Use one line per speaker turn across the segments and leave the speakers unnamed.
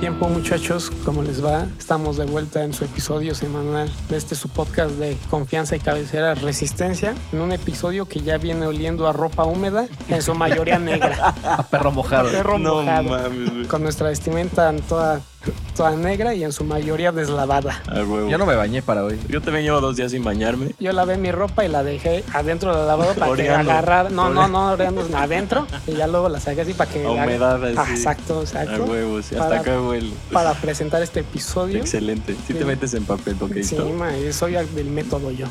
tiempo, muchachos? ¿Cómo les va? Estamos de vuelta en su episodio semanal de este su podcast de confianza y cabecera Resistencia, en un episodio que ya viene oliendo a ropa húmeda, en su mayoría negra.
A perro mojado.
Perro
No
mojado.
mames, güey.
Con nuestra vestimenta en toda, toda negra y en su mayoría deslavada.
Ah, huevo.
Yo
Yo,
no me bañé para hoy.
también llevo dos días sin bañarme.
Yo lavé mi ropa y la dejé adentro de la lavadora para
Oreando.
que agarrara. No, no,
Ore-
no, oreando, no, adentro. Y ya luego la saqué así para que.
A humedad,
Ah,
así.
exacto,
A
exacto.
huevo, sí, hasta
Para-
acá huele.
Para presentar este episodio.
Excelente. Si
Sí.
te metes en papel, ok.
Sí,
todo.
ma, yo soy del método yo.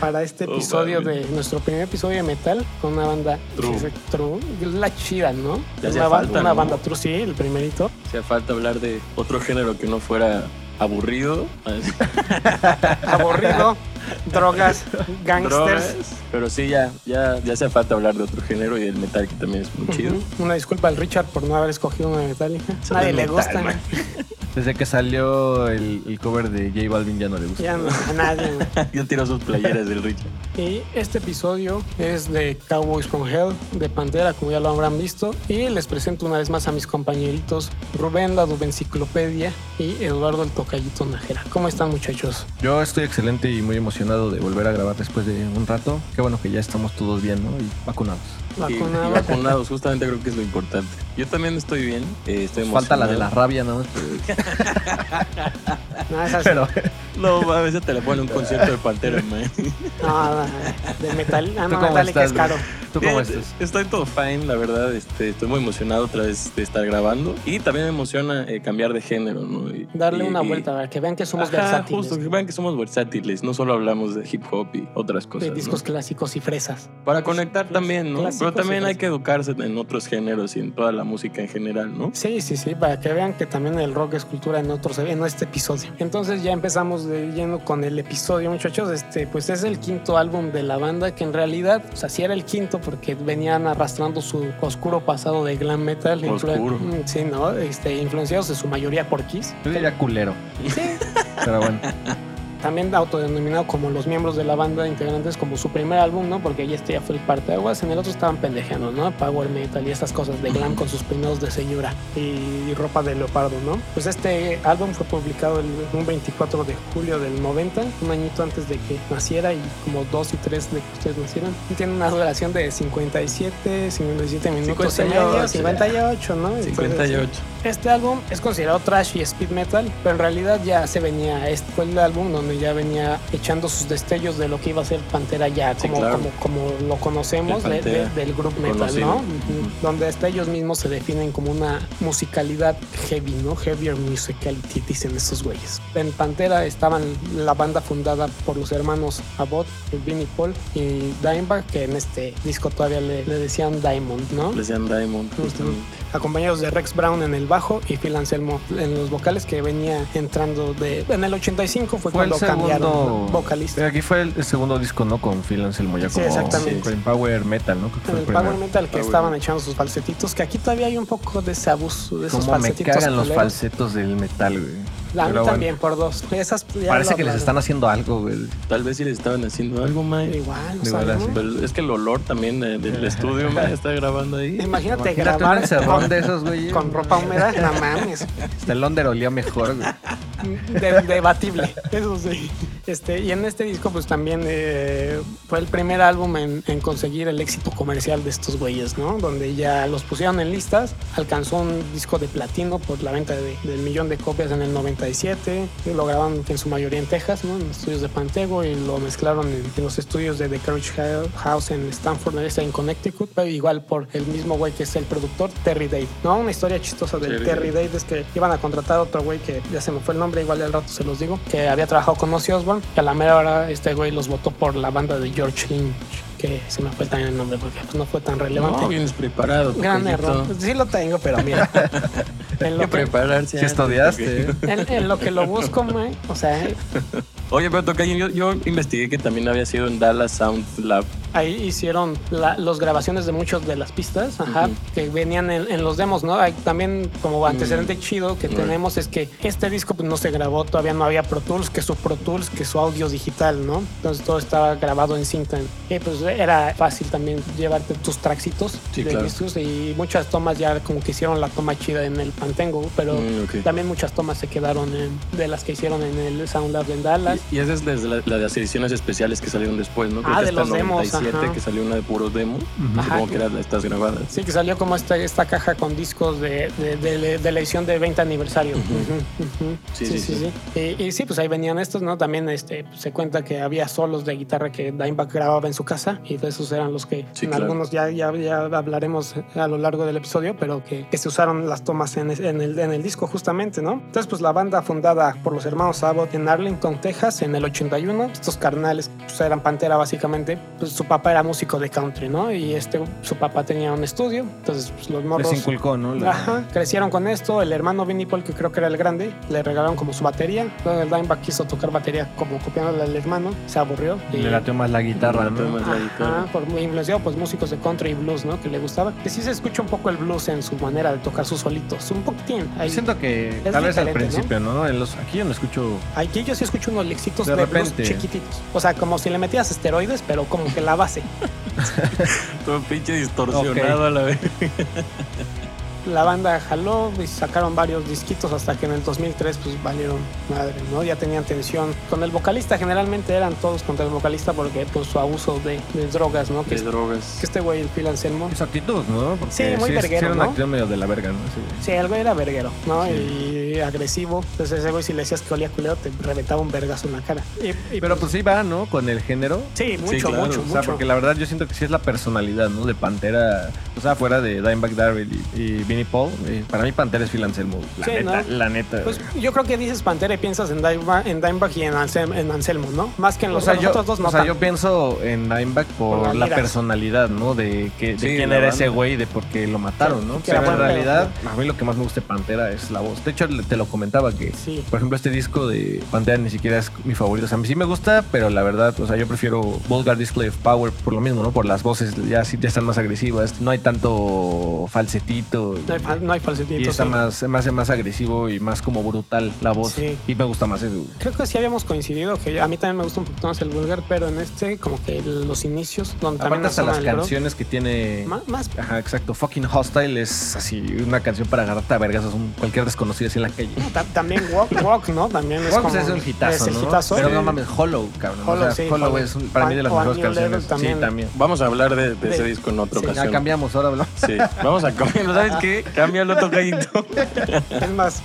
Para este
Oh,
episodio
mames.
de nuestro primer episodio de metal con una banda
True.
que se- True, la chida, ¿no?
Ya hacía
una, ba-
falta,
una
¿no?
banda true, sí, el primerito.
Hacía falta hablar de otro género que no fuera aburrido. así,
Aburrido, drogas, gangsters.
drogas. Pero sí, ya, ya, ya hacía falta hablar de otro género y del metal que también es muy chido.
Ujú. Una disculpa al Richard por no haber escogido una de Metallica.
Son
Nadie
de
le
metal,
gusta.
man.
Desde que salió el, el cover de J Balvin ya no le gusta.
Ya no, a nadie. man.
Yo tiro sus playeras del Richard.
Y este episodio es de Cowboys from Hell, de Pantera, como ya lo habrán visto. Y les presento una vez más a mis compañeritos Rubén, la Dubenciclopedia y Eduardo el Tocallito Najera. ¿Cómo están, muchachos?
Yo estoy excelente y muy emocionado de volver a grabar después de un rato. Qué bueno que ya estamos todos bien, ¿no? Y vacunados.
Y- y
¿Vacunados?
vacunados, justamente creo que es lo importante. Yo también estoy bien. eh, estoy
Falta la de la
emocionado.
rabia nada más. pero-
No, esas-
Pero,
No, mames, a veces te la ponen en un concierto de Pantera, man.
no, no, de metal. Ah,
¿Tú
no,
cómo
Metallica es
estás,
caro.
¿tú cómo
Bien,
estás?
Estoy todo fine, la verdad. Este, estoy muy emocionado otra vez de estar grabando. Y también me emociona eh, cambiar de género, ¿no? Y-
Darle
y-
una
y-
vuelta para que vean que somos
Ajá,
versátiles.
justo, que vean que somos versátiles. No solo hablamos de hip hop y otras
de
cosas.
discos
¿no?
clásicos y fresas.
Para conectar
clas-
también, ¿no?
clásicos
Pero también
y
hay que educarse en otros géneros y en toda la música en general, ¿no?
Sí, sí, sí, para que vean que también el rock es cultura en otros, en este episodio. Entonces ya empezamos de lleno con el episodio, muchachos. Este, pues es el quinto álbum de la banda, que en realidad, o sea, sí era el quinto porque venían arrastrando su oscuro pasado de glam metal. influ-
Oscuro.
Mm, Sí, ¿no? Este, influenciados en su mayoría por Kiss.
Yo diría culero. Pero bueno,
También autodenominado como los miembros de la banda integrantes como su primer álbum, ¿no? Porque ahí este ya fue el parteaguas. En el otro estaban pendejeando, ¿no? Power metal y estas cosas de glam con sus peinados de señora y ropa de leopardo, ¿no? Pues este álbum fue publicado el, un 24 de julio del 90, un añito antes de que naciera y como dos y tres de que ustedes nacieran. Y tiene una duración de 57, 57 minutos y medio,
58,
58, ¿no? Entonces,
58.
este álbum es considerado trash y speed metal, pero en realidad ya se venía, este fue el álbum donde ya venía echando sus destellos de lo que iba a ser Pantera ya,
Sí,
como,
claro.
como, como lo conocemos
El
de- de-
Pantera,
del group metal,
conocido.
¿no?
Ujú.
Donde hasta ellos mismos se definen como una musicalidad heavy, ¿no? Heavier musicality, dicen esos güeyes. En Pantera estaban la banda fundada por los hermanos Abbott, Vinnie Paul y Dimebag, que en este disco todavía le, le decían Diamond, ¿no?
Les llaman Diamond,
Ujú.
justamente.
acompañados de Rex Brown en el bajo y Phil Anselmo en los vocales que venía entrando de en el 85 fue,
fue el
cuando
segundo.
cambiaron vocalista.
Pero aquí fue el, el segundo disco, ¿no? Con Phil Anselmo ya
Sí,
como.
exactamente.
con Power Metal, ¿no? Creo que fue
En el
el
power
primero.
metal que
Power
estaban
metal.
echando sus falsetitos, que aquí todavía hay un poco de ese abuso de esos
Cómo me
falsetitos.
cagan los
culeros.
falsetos del metal, güey.
A mí
Pero bueno,
también por dos. Esas ya
Parece
lo
que les
hablaron.
están haciendo algo, güey.
Tal vez si les estaban haciendo algo, man.
igual, no
Igual
sabemos.
así.
Pero es que el olor también eh, del estudio, man, está grabando ahí.
Imagínate,
Imagínate un encerrón
grabar
de esos, güey.
con, con ropa húmeda, no mames.
Hasta el Londres olía mejor, güey.
De- debatible, eso sí. Este, y en este disco, pues también eh, fue el primer álbum en, en conseguir el éxito comercial de estos güeyes, ¿no? Donde ya los pusieron en listas, alcanzó un disco de platino por la venta de- del millón de copias en el 97, y lo grabaron en su mayoría en Texas, ¿no? En los estudios de Pantego y lo mezclaron en, en los estudios de The Courage House en Stanford, Este, en- en Connecticut, pero igual por el mismo güey que es el productor, Terry Date, ¿no? Una historia chistosa del
Terry
Terry
Date.
Date es que iban a contratar a otro güey que ya se me fue el nombre, igual al rato se los digo, que había trabajado con Ozzy Osbourne, que a la mera hora este güey los votó por la banda de George Lynch, que se me fue también el nombre porque pues, no fue tan relevante.
No, vienes preparado.
Gran
Tocayito.
error. Sí lo tengo, pero mira. en,
Hay que
lo que,
prepararse.
Si
antes,
estudiaste.
tocayo.
¿eh?
en- en lo que lo busco, güey, o sea,
Oye, pero tocayo, yo, yo investigué que también había sido en Dallas Sound Lab.
Ahí hicieron las grabaciones de muchas de las pistas ajá,
Ujú. Mm.
que venían en, en los demos, ¿no? Hay también como antecedente chido que
Right.
tenemos es que este disco pues, no se grabó, todavía no había Pro Tools, que su Pro Tools, que su audio digital, ¿no? Entonces todo estaba grabado en cinta. Y pues era fácil también llevarte tus tracksitos
Sí,
de
claro.
discos y muchas tomas ya como que hicieron la toma chida en el Pantengo, pero...
Mm, ok.
También muchas tomas se quedaron en- de las que hicieron en el Sound Lab en Dallas.
Y, y esa es desde la, la de las ediciones especiales que salieron después, ¿no?
Ah,
que
de
hasta
los demos,
97,
ajá.
que salió una de puros demos.
Ujú.
Ajá.
Supongo que eran estas grabadas.
Sí, que salió como esta, esta caja con discos de, de- de- de la edición de 20 aniversario.
Ujú.
Ujú, ujú.
Sí, sí,
Y, y sí, pues ahí venían estos, ¿no? También este, se cuenta que había solos de guitarra que Dimebag grababa en su casa y de esos eran los que
Sí,
en
claro.
algunos ya, ya, ya hablaremos eh, a lo largo del episodio, pero que, que se usaron las tomas en, es- en el, en el disco justamente, ¿no? Entonces, pues la banda fundada por los hermanos Abbott en Arlington, Texas, en el 81, estos carnales pues, eran pantera básicamente, pues su papá era músico de country, ¿no? Y este, su papá tenía un estudio, entonces pues, los morros...
Les inculcó, ¿no? La-
Ajá, crecieron con esto. El hermano Vinnie Paul, que creo que era el grande, le regalaron como su batería. Entonces el Dimebag quiso tocar batería como copiándole al hermano. Se aburrió. y-
Le lateó más la guitarra,
Le lateó
¿no?
más. la guitarra.
Ajá, por influenciado pues músicos de country y blues, ¿no? Que le gustaba. Que sí se escucha un poco el blues en su manera de tocar sus solitos. Un poquitín. Ahí,
Siento que
Es
tal vez al
diferente,
principio, ¿no? En los, aquí yo no escucho
aquí yo sí escucho unos lexitos de,
De
blues
repente.
chiquititos. O sea, como si le metías esteroides, pero como que la base.
Todo pinche distorsionado a la vez.
la banda jaló y sacaron varios disquitos hasta que en el 2003 pues valieron madre, ¿no? Ya tenían tensión con el vocalista, generalmente eran todos contra el vocalista porque pues su abuso de, de drogas, ¿no? Que,
De drogas.
que este güey, el Phil Anselmo,
esa actitud, ¿no? Porque
Sí, muy verguero,
era
¿no?
una actitud medio de la verga, ¿no? Sí.
sí, el güey era verguero, ¿no?
Sí.
Y agresivo, entonces ese güey si le decías que olía culero te reventaba un vergazo en la cara. Y- y-
Pero pues sí va, ¿no? Con el género.
sí, mucho,
claro,
mucho,
o sea,
mucho.
porque la verdad yo siento que sí es la personalidad, ¿no? De Pantera, o sea, fuera de Dimebag Darrell y, y Vinnie Paul, eh, para mí Pantera es Phil Anselmo, la
Sí,
neta,
¿no?
la neta.
Pues yo creo que dices Pantera y piensas en Dimebag, en Dimebag y en Anselmo, en Anselmo, ¿no? Más que en
o
los,
sea,
los
yo,
otros dos no
o sea,
tanto.
yo pienso en Dimebag por,
Por la
la,
mira.
personalidad, ¿no? De, que, de
Sí,
quién
la
era
banda.
ese güey, de por qué lo mataron, ¿no?
Que era
Pero en
buen pedo,
realidad, a mí lo que más me gusta de Pantera es la voz. De hecho, le- te lo comentaba que,
Sí.
por ejemplo, este disco de Pantera ni siquiera es mi favorito. O sea, a mí sí me gusta, pero la verdad, o sea, yo prefiero Vulgar Display of Power por lo mismo, ¿no? Por las voces, ya sí ya están más agresivas, no hay tanto falsetito.
No hay, fal- no hay falsetitos,
y está
sí.
más, se me hace más agresivo y más como brutal la voz.
Sí.
Y me gusta más eso. güey.
Creo que sí habíamos coincidido que a mí también me gusta un poquito más el vulgar, pero en este como que los inicios donde también
Aparte hasta
asoma
las
el rock,
canciones que tiene...
ma- más,
Ajá, exacto. Fucking Hostile es así una canción para agarrarte a vergas a un- cualquier desconocido así en la calle.
ta- también walk, walk, ¿no? También es
Bueno,
como
pues es un hitazo,
es el
¿no?
hitazo.
Pero
Sí.
no mames, Hollow, cabrón.
Hollow,
o sea,
sí,
Hollow
Hollow.
es un- para mí de las
O- o
mejores
New Level
canciones.
también.
Sí, también.
Vamos a hablar de, de ese
De-
disco en otra
sí,
Ya
ocasión.
cambiamos, ahora hablamos.
Sí, vamos a cambiarlo. ¿Sabes qué? Cámbialo, tocadito.
Es más,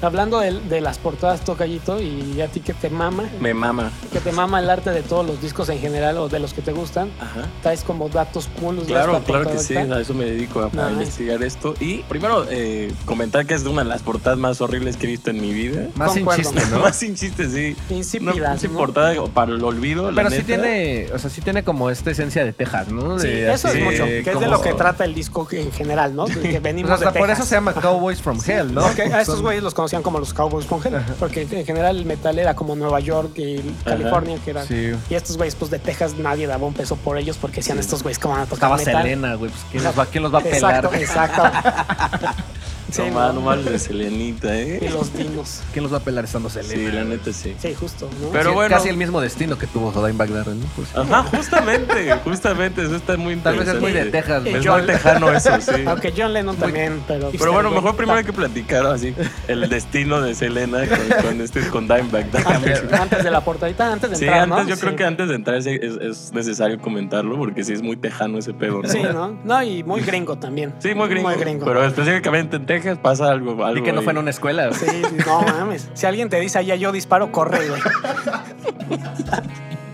hablando de, de las portadas tocallito y a ti que te mama,
Me mama.
que te mama el arte de todos los discos en general o de los que te gustan,
Ajá.
traes como datos cool. de
Claro,
esta
claro que
portada
sí,
acá.
a eso me dedico a, a
Nice.
investigar esto. Y primero, eh, comentar que es una de las portadas más horribles que he visto en mi vida.
Más sin
Concuerdo.
chiste, ¿no?
Más sin chiste, sí. Una
Insípidas,
pinche
¿no?
portada para el olvido, la
Pero sí
neta.
tiene, o sea, sí tiene como esta esencia de Texas, ¿no?
Sí,
De
eso
así,
es mucho, que es de
como-
lo que trata el disco en general, ¿no? Que
Pues
venimos
hasta
de
por
Texas.
eso se llama Cowboys from Hell, ¿no? Pues,
Porque a estos
Son-
güeyes los conocían como los Cowboys con Hell, porque en general el metal era como Nueva York y California, que era.
Sí.
Y estos güeyes, pues de Texas nadie daba un peso por ellos porque decían estos güeyes cómo van a tocar
Estaba
metal.
Selena, güey. Pues, ¿quién, los va, ¿Quién los va a pelar?
Exacto, exacto. sí,
No
¿no?
mal, no mal de Selenita,
Y
¿eh?
los dinos.
¿Quién los va a pelar estando Selena?
Sí, la neta sí.
Sí, justo, ¿no?
Pero
Sí,
bueno.
Casi el mismo destino que tuvo Dimebag Darrell, ¿no? Pues, Por cierto.
Ajá, justamente, justamente, eso está muy
Tal vez
interesante.
es muy de
Y
Texas, güey.
Es
yo-
muy tejano eso, sí.
Aunque John Lennon también, pero.
Pero bueno, mejor primero hay que platicar así el destino de Selena con, con este con Dimebag. Darrell.
Ah, Antes de la portadita, antes de
Sí,
entrar,
antes,
¿no?
yo creo
Sí.
que antes de entrar es, es- es necesario comentarlo porque sí es muy tejano ese pedo. ¿no?
Sí, ¿no? No, y muy gringo también.
Sí, muy gringo, Pero específicamente en Texas pasa algo. algo
Y que no
ahí.
fue en una escuela. güey.
Sí, no mames. Si alguien te dice allá yo disparo, corre, güey.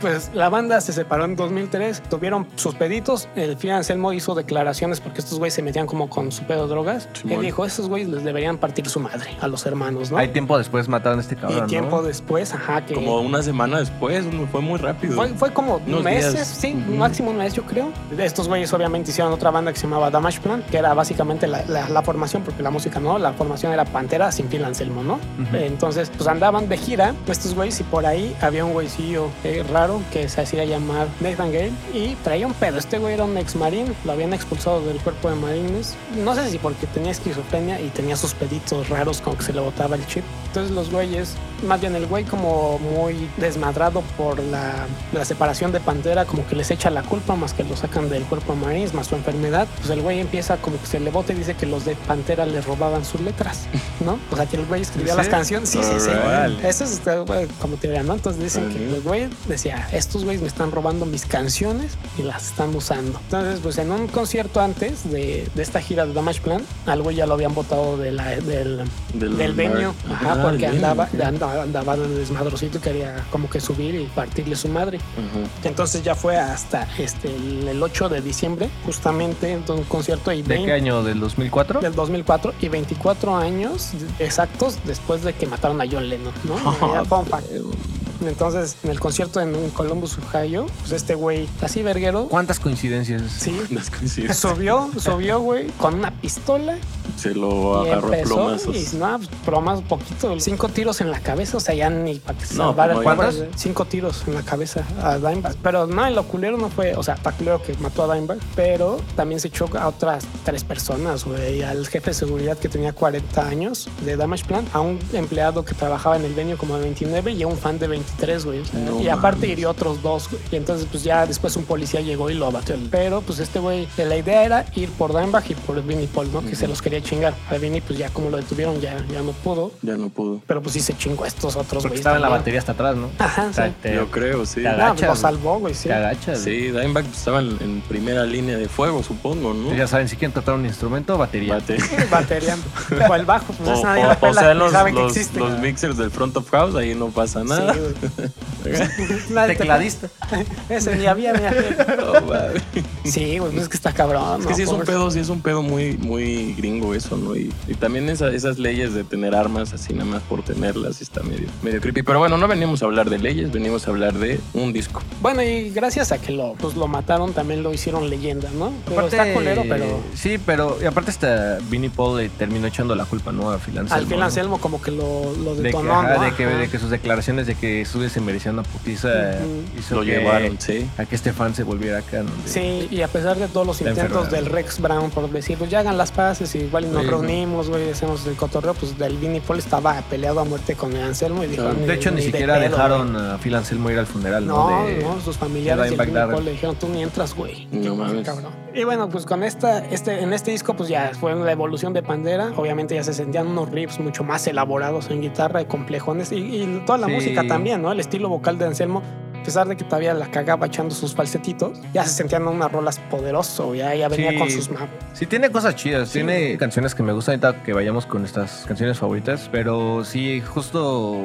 Pues la banda se separó en 2003, tuvieron sus peditos. El Phil Anselmo hizo declaraciones porque estos güeyes se metían como con su pedo de drogas.
Simón.
Él dijo: Estos güeyes les deberían partir su madre a los hermanos, ¿no?
Hay tiempo después mataron a este cabrón.
y tiempo
¿no?
después, ajá, que.
Como una semana después, no, fue muy rápido.
Fue, fue como
Unos
meses,
días.
sí,
Ujú.
máximo un mes, yo creo. Estos güeyes obviamente hicieron otra banda que se llamaba Damage Plan, que era básicamente la, la- la formación, porque la música no, la formación era Pantera sin Phil Anselmo, ¿no?
Ujú.
Entonces, pues andaban de gira estos güeyes y por ahí había un güeycillo eh, raro raro que se hacía llamar Nathan Gale y traía un pedo. Este güey era un ex marín, lo habían expulsado del cuerpo de marines. No sé si porque tenía esquizofrenia y tenía sus peditos raros como que se le botaba el chip. Entonces los güeyes, más bien el güey como muy desmadrado por la, la separación de Pantera, como que les echa la culpa más que lo sacan del cuerpo de marines, más su enfermedad. Pues el güey empieza como que se le bota y dice que los de Pantera le robaban sus letras, ¿no? O sea, que el güey escribía
¿Sí?
las canciones. Sí, sí, sí.
Órale.
Eso es eh, bueno, como teoría, ¿no? Entonces dicen que
Ujú.
los güeyes decía, estos güeyes me están robando mis canciones y las están usando. Entonces, pues en un concierto antes de, de esta gira de Damage Plan, algo ya lo habían votado de la, del,
Del,
del venio,
Ah,
ajá, porque
del venue,
andaba,
ok.
andaba, andaba en el desmadrocito y quería como que subir y partirle su madre.
Ajá.
Entonces ya fue hasta este el, el 8 de diciembre, justamente en un concierto y
¿De qué año? ¿Del 2004?
del 2004 y 24 años exactos después de que mataron a John Lennon, ¿no? Era fun fact. Entonces, en el concierto en Columbus, Ohio, pues este güey, así verguero,
¿Cuántas coincidencias?
sí,
Las coincidencias.
subió, subió, güey, con una pistola
Se lo
y
agarró a
empezó.
plomazos.
Y no, pues, plomas poquito, cinco tiros en la cabeza, o sea, ya ni para que se
No,
salvara el
como
pobre,
¿cuántos?
Cinco tiros en la cabeza a Dimebag. Pero no, lo culero no fue, o sea, está culero que mató a Dimebag, pero también se echó a otras tres personas, güey, al jefe de seguridad que tenía 40 años de Damage Plan, a un empleado que trabajaba en el venio como de 29 y a un fan de 23, güey. o sea,
No
y aparte
mames.
hirió otros dos, güey. Y entonces, pues ya después un policía llegó y lo abatió. Pero, pues este güey, la idea era ir por Dimebag y por Vinnie Paul, ¿no? Que se
Ujú.
los quería chingar. A Vinnie, pues ya como lo detuvieron, ya, ya no pudo.
Ya no pudo.
Pero pues sí se chingó a estos otros
Porque
güeyes.
estaba en la
también.
batería hasta atrás, ¿no?
Ajá,
O sea,
sí.
te,
Yo creo, sí.
Cada-
No,
agachas,
pues, lo
güey.
salvó, güey, sí.
te agachas.
Sí, Dimebag estaba en, en primera línea de fuego, supongo, ¿no?
Ya saben, si quieren tratar un instrumento, batería.
Bate.
Batería. O el bajo, pues
O,
esa nadie la
o- o
pela,
sea,
ni
los,
saben que
los-
existe.
los mixers del front of house, ahí no pasa
Sí,
nada.
güey. Nadie te-
Tecladista.
Ese ni había, ni había.
No, mames.
Sí, güey, pues, es que está cabrón.
Es que
¿no?
sí es un
Pobre-
pedo, sí es un pedo muy, muy gringo eso, ¿no? Y, y también esa- esas leyes de tener armas así nada más por tenerlas está medio, medio creepy. Pero bueno, no venimos a hablar de leyes, venimos a hablar de un disco.
Bueno, y gracias a que lo, pues, lo mataron, también lo hicieron leyenda, ¿no? Pero
Aparte-
está culero, pero
Sí, pero. Y aparte, hasta Vinnie Paul le terminó echando la culpa, ¿no? A Phil Anselmo.
al fin
¿no?
Anselmo como que lo, lo
De que,
detonó,
ajá,
¿no?
de que,
Ajá.
de que sus declaraciones de que Sube se merecía una putiza
Ujú.
hizo
Lo
que-
llevaron, sí.
a que este fan se volviera acá. ¿no? De-
Sí, y a pesar de todos los
Está
intentos
enferma.
del Rex Brown por decir, pues ya hagan las paces, y igual y nos
Sí, güey.
reunimos, güey, hacemos el cotorreo, pues del Vinny Paul estaba peleado a muerte con el Anselmo y dijo,
Claro.
De hecho, ni,
de
siquiera
pedo,
dejaron a Phil Anselmo ir al funeral, ¿no?
No,
De-
no, sus familiares y
de
el
Dimebag
Vinnie
Darrell.
Paul le dijeron, tú ni entras, güey.
No mames.
Cabrón. Y bueno, pues con esta, este, en este disco, pues ya fue la evolución de Pandera. Obviamente ya se sentían unos riffs mucho más elaborados en guitarra y complejones. Y, y toda la
Sí.
música también, ¿no? El estilo vocal de Anselmo. A pesar de que todavía la cagaba echando sus falsetitos, ya se sentían unas rolas poderoso. Ya, ya venía
Sí.
con sus ma-
Sí, tiene cosas chidas. Tiene canciones que me gustan ahorita que vayamos con estas canciones favoritas. Pero sí, justo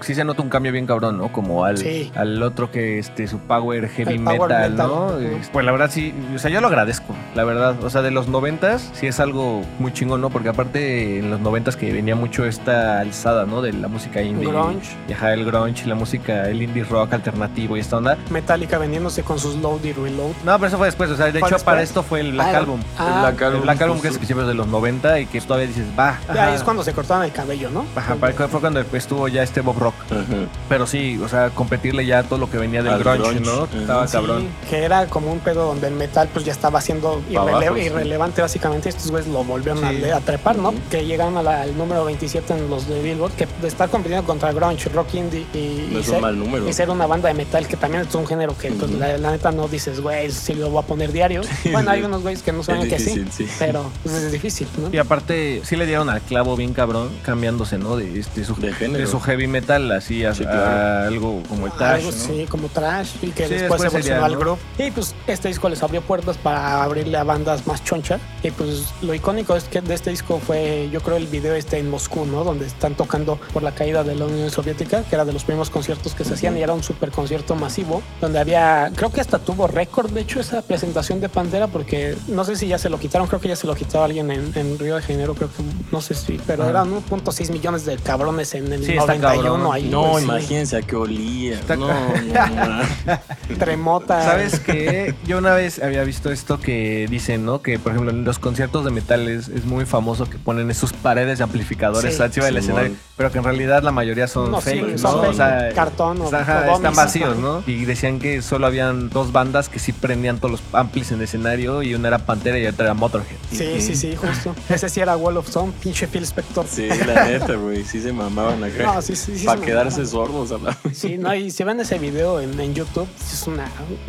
sí se nota un cambio bien cabrón, ¿no? Como al,
Sí.
al otro que este, su power heavy
El
metal,
power metal,
¿no?
ajá.
Eh, Pues la verdad sí, o sea, yo lo agradezco, la verdad. O sea, de los noventas sí es algo muy chingón, ¿no? Porque aparte en los noventas que venía mucho esta alzada, ¿no? De la música indie.
grunge.
Y ajá, el grunge y la música, el indie rock alternativo y esta onda.
Metallica vendiéndose con sus Load y Reload.
No, pero eso fue después. O sea, de
Fue
hecho, para
después.
esto fue el Black
Ah,
Album.
ah,
Black
El Black Album que es
justo.
principios de los 90 y que todavía dices, va.
de ahí es cuando se cortaban el cabello, ¿no?
Ajá, para- fue cuando estuvo ya este Bob Rock.
Ajá.
Pero sí, o sea, competirle ya a todo lo que venía del
Al
grunge,
grunge,
¿no?
ajá.
Estaba
eh, Sí,
cabrón.
que era como un pedo donde el metal pues ya estaba siendo
Pa'
irrele-
abajo, sí.
irrelevante básicamente. Estos güeyes lo volvieron
Sí.
a le- a, trepar, ¿no?
Ujú.
Que llegaron a la- al número 27 en los de Billboard, que de estar compitiendo contra grunge, rock indie y,
No
y
es un
ser,
mal número.
y ser una banda de metal que también es un género que pues,
Ujú.
la, la neta no dices, güey, si lo voy a poner diario. bueno, hay unos güeyes que no saben
Es
que sí,
difícil, sí.
pero pues, es difícil, ¿no?
Y aparte, sí le dieron al clavo bien cabrón, cambiándose, ¿no? De, este, su,
De género.
de su heavy metal, así a,
Sí,
a
claro.
algo como el trash.
Ah, Algo
¿no?
sí, como trash y que
Sí,
después,
después
evolucionó
sería,
al
¿no?
grupo. Y pues este disco les abrió puertas para abrirle a bandas más choncha. Y pues lo icónico es que de este disco fue, yo creo, el video este en Moscú, ¿no? Donde están tocando por la caída de la Unión Soviética, que era de los primeros conciertos que se hacían y era un super concierto masivo, donde había, creo que hasta tuvo récord, de hecho, esa presentación de Pantera, porque no sé si ya se lo quitaron, creo que ya se lo quitó alguien en, en Río de Janeiro, creo que no sé si, pero
Ajá.
eran 1.6 millones de cabrones en el
Sí, está
91
cabrón.
ahí.
No,
güey, pues sí.
imagínense a qué olía.
Está-
No, no, no.
Tremota.
¿Sabes qué? Yo una vez había visto esto que que dicen, ¿no? Que por ejemplo en los conciertos de metal es, es muy famoso que ponen esos paredes de amplificadores
Sí.
arriba del
Simón.
escenario, pero que en realidad la mayoría son
No, sí,
fake, ¿no?
son
O
fake,
sea,
cartón o-
están, ajá,
o
están
dummies,
vacíos,
ajá.
¿no? Y decían que solo habían dos bandas que sí prendían todos los amplis en el escenario y una era Pantera y otra era Motorhead.
Sí, sí, sí, justo. Ese sí era Wall of Sound, pinche Phil Spector.
Sí, la neta, güey. Sí se mamaban acá.
No, sí, sí, sí,
Para
se
quedarse
mamaban.
sordos a la
Sí, no, y si ven ese video en, en YouTube, es una,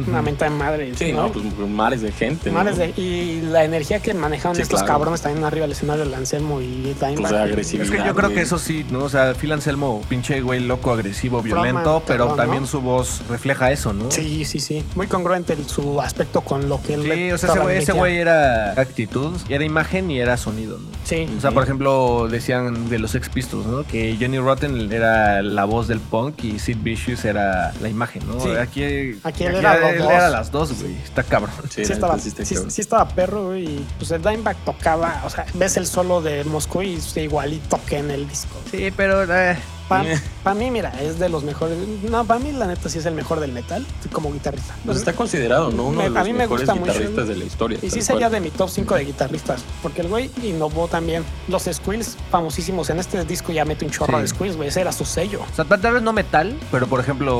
una mentada de madre.
Sí, no, pues mares de gente. ¿no?
Mares de- y la energía que manejaban
Sí,
estos
claro.
cabrones también arriba del escenario, el Anselmo y
Pues
Dimebag.
de agresividad.
Es que yo creo
güey.
que eso sí, ¿no? O sea, Phil Anselmo, pinche güey loco, agresivo, violento,
Frontman,
pero
cabrón,
también
¿no?
su voz refleja eso, ¿no?
Sí, sí, sí. Muy congruente el- su aspecto con lo que él
Sí,
le
o sea, ese güey, ese
transmitía.
güey era actitud, era imagen y era sonido, ¿no?
Sí.
O sea, por ejemplo, decían de los Sex Pistols, ¿no? Que Johnny Rotten era la voz del punk y Sid Vicious era la imagen, ¿no?
Sí.
Aquí, aquí,
Aquí él era los
él
dos.
era las dos, güey. Está cabrón.
Sí,
sí
la neta,
estaba,
sí está
sí-
cabrón.
sí estaba perro güey, y pues el Dimebag tocaba, o sea, ves el solo de Moscú y es igualito que en el disco.
Sí, pero... eh,
Para mí, mira, es de los mejores. No, para mí la neta sí es el mejor del metal como guitarrista.
Pues está considerado, ¿no? Uno
Me-
de
a
los
mí me
mejores
gusta mucho.
guitarristas de la historia.
Y
tal
sí sería
cual.
de mi top 5 de guitarristas, porque el güey innovó también los squills famosísimos. En este disco ya mete un chorro
Sí.
de squills, güey. Ese era su sello.
O sea, tal tal vez no metal, pero por ejemplo,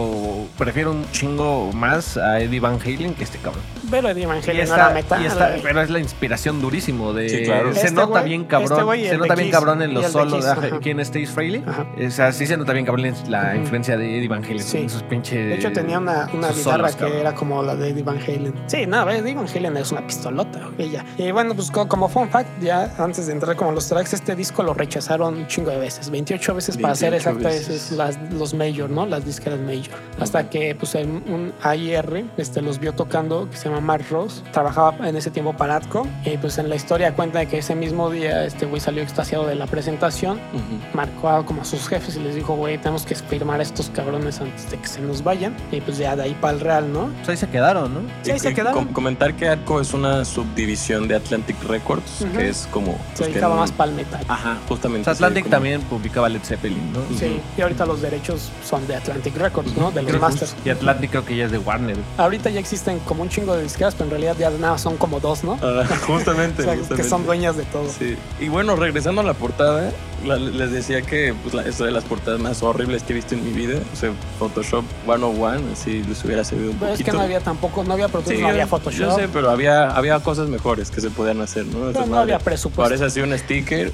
prefiero un chingo más a Eddie Van Halen que este cabrón.
Pero Eddie Van Halen
Y
no era
esta-
metal.
y esta-
güey.
pero es la inspiración durísimo de.
Sí, claro.
Se
Este
nota
güey-
bien cabrón.
este güey y
se
el
nota
de
bien
Kiss,
cabrón
y
en
el
los
de
solos.
Kiss,
ajá,
ajá.
¿Quién es Stace Frehley?
Ajá.
O sea, sí se nota bien cabrón la
Ujú.
influencia de Eddie Van Halen.
Sí.
Esos pinche.
De hecho, tenía una, una
sus
guitarra
solos,
que
cabrón.
era como la de Eddie Van Halen. Sí, no, Eddie Van Halen es una pistolota, güey, ya. Y bueno, pues co- como fun fact, ya antes de entrar como los tracks, este disco lo rechazaron un chingo de veces. 28 veces para ser
28
exacta,
veces.
es las, los Major, ¿no? Las disqueras Major. Hasta que, pues, en un AIR este, los vio tocando, que se llama Mark Ross. Trabajaba en ese tiempo para Atco. Y pues en la historia cuenta de que ese mismo día este güey salió extasiado de la presentación
Ujú.
marcó a como a sus jefes y les dijo, güey, tenemos que firmar a estos cabrones antes de que se nos vayan. Y pues ya de ahí para el Real, ¿no?
Pues ahí se quedaron, ¿no?
Sí, ahí
Y-
se
y
quedaron.
com- comentar que Atco es una subdivisión de Atlantic Records,
Ujú.
que es como. pues,
Se
que Ah,
dedicaba
no-
más para el metal.
Ajá,
O
justamente.
sea, Atlantic
sí, como-
también publicaba Led Zeppelin, ¿no?
Sí.
Sí, y ahorita los derechos son de Atlantic Records, ¿no? De los
Creo-
Masters.
Y Atlantic creo que ya es de Warner.
Ahorita ya existen como un chingo de disqueras, pero en realidad ya nada, son como dos, ¿no?
Ah, justamente.
O sea, que
justamente.
son dueñas de todo.
Sí. Y bueno, regresando a la portada, la- les decía que pues, la- es de las portadas más horribles que he visto en mi vida. O sea, Photoshop 101, así les hubiera servido un
Pero es
poquito.
que no había tampoco, no había productos,
Sí,
no había
yo- Yo
Photoshop.
sé, pero había, había cosas mejores que se podían hacer, ¿no? Esa
no
pues, madre.
había presupuesto.
Parece así un sticker.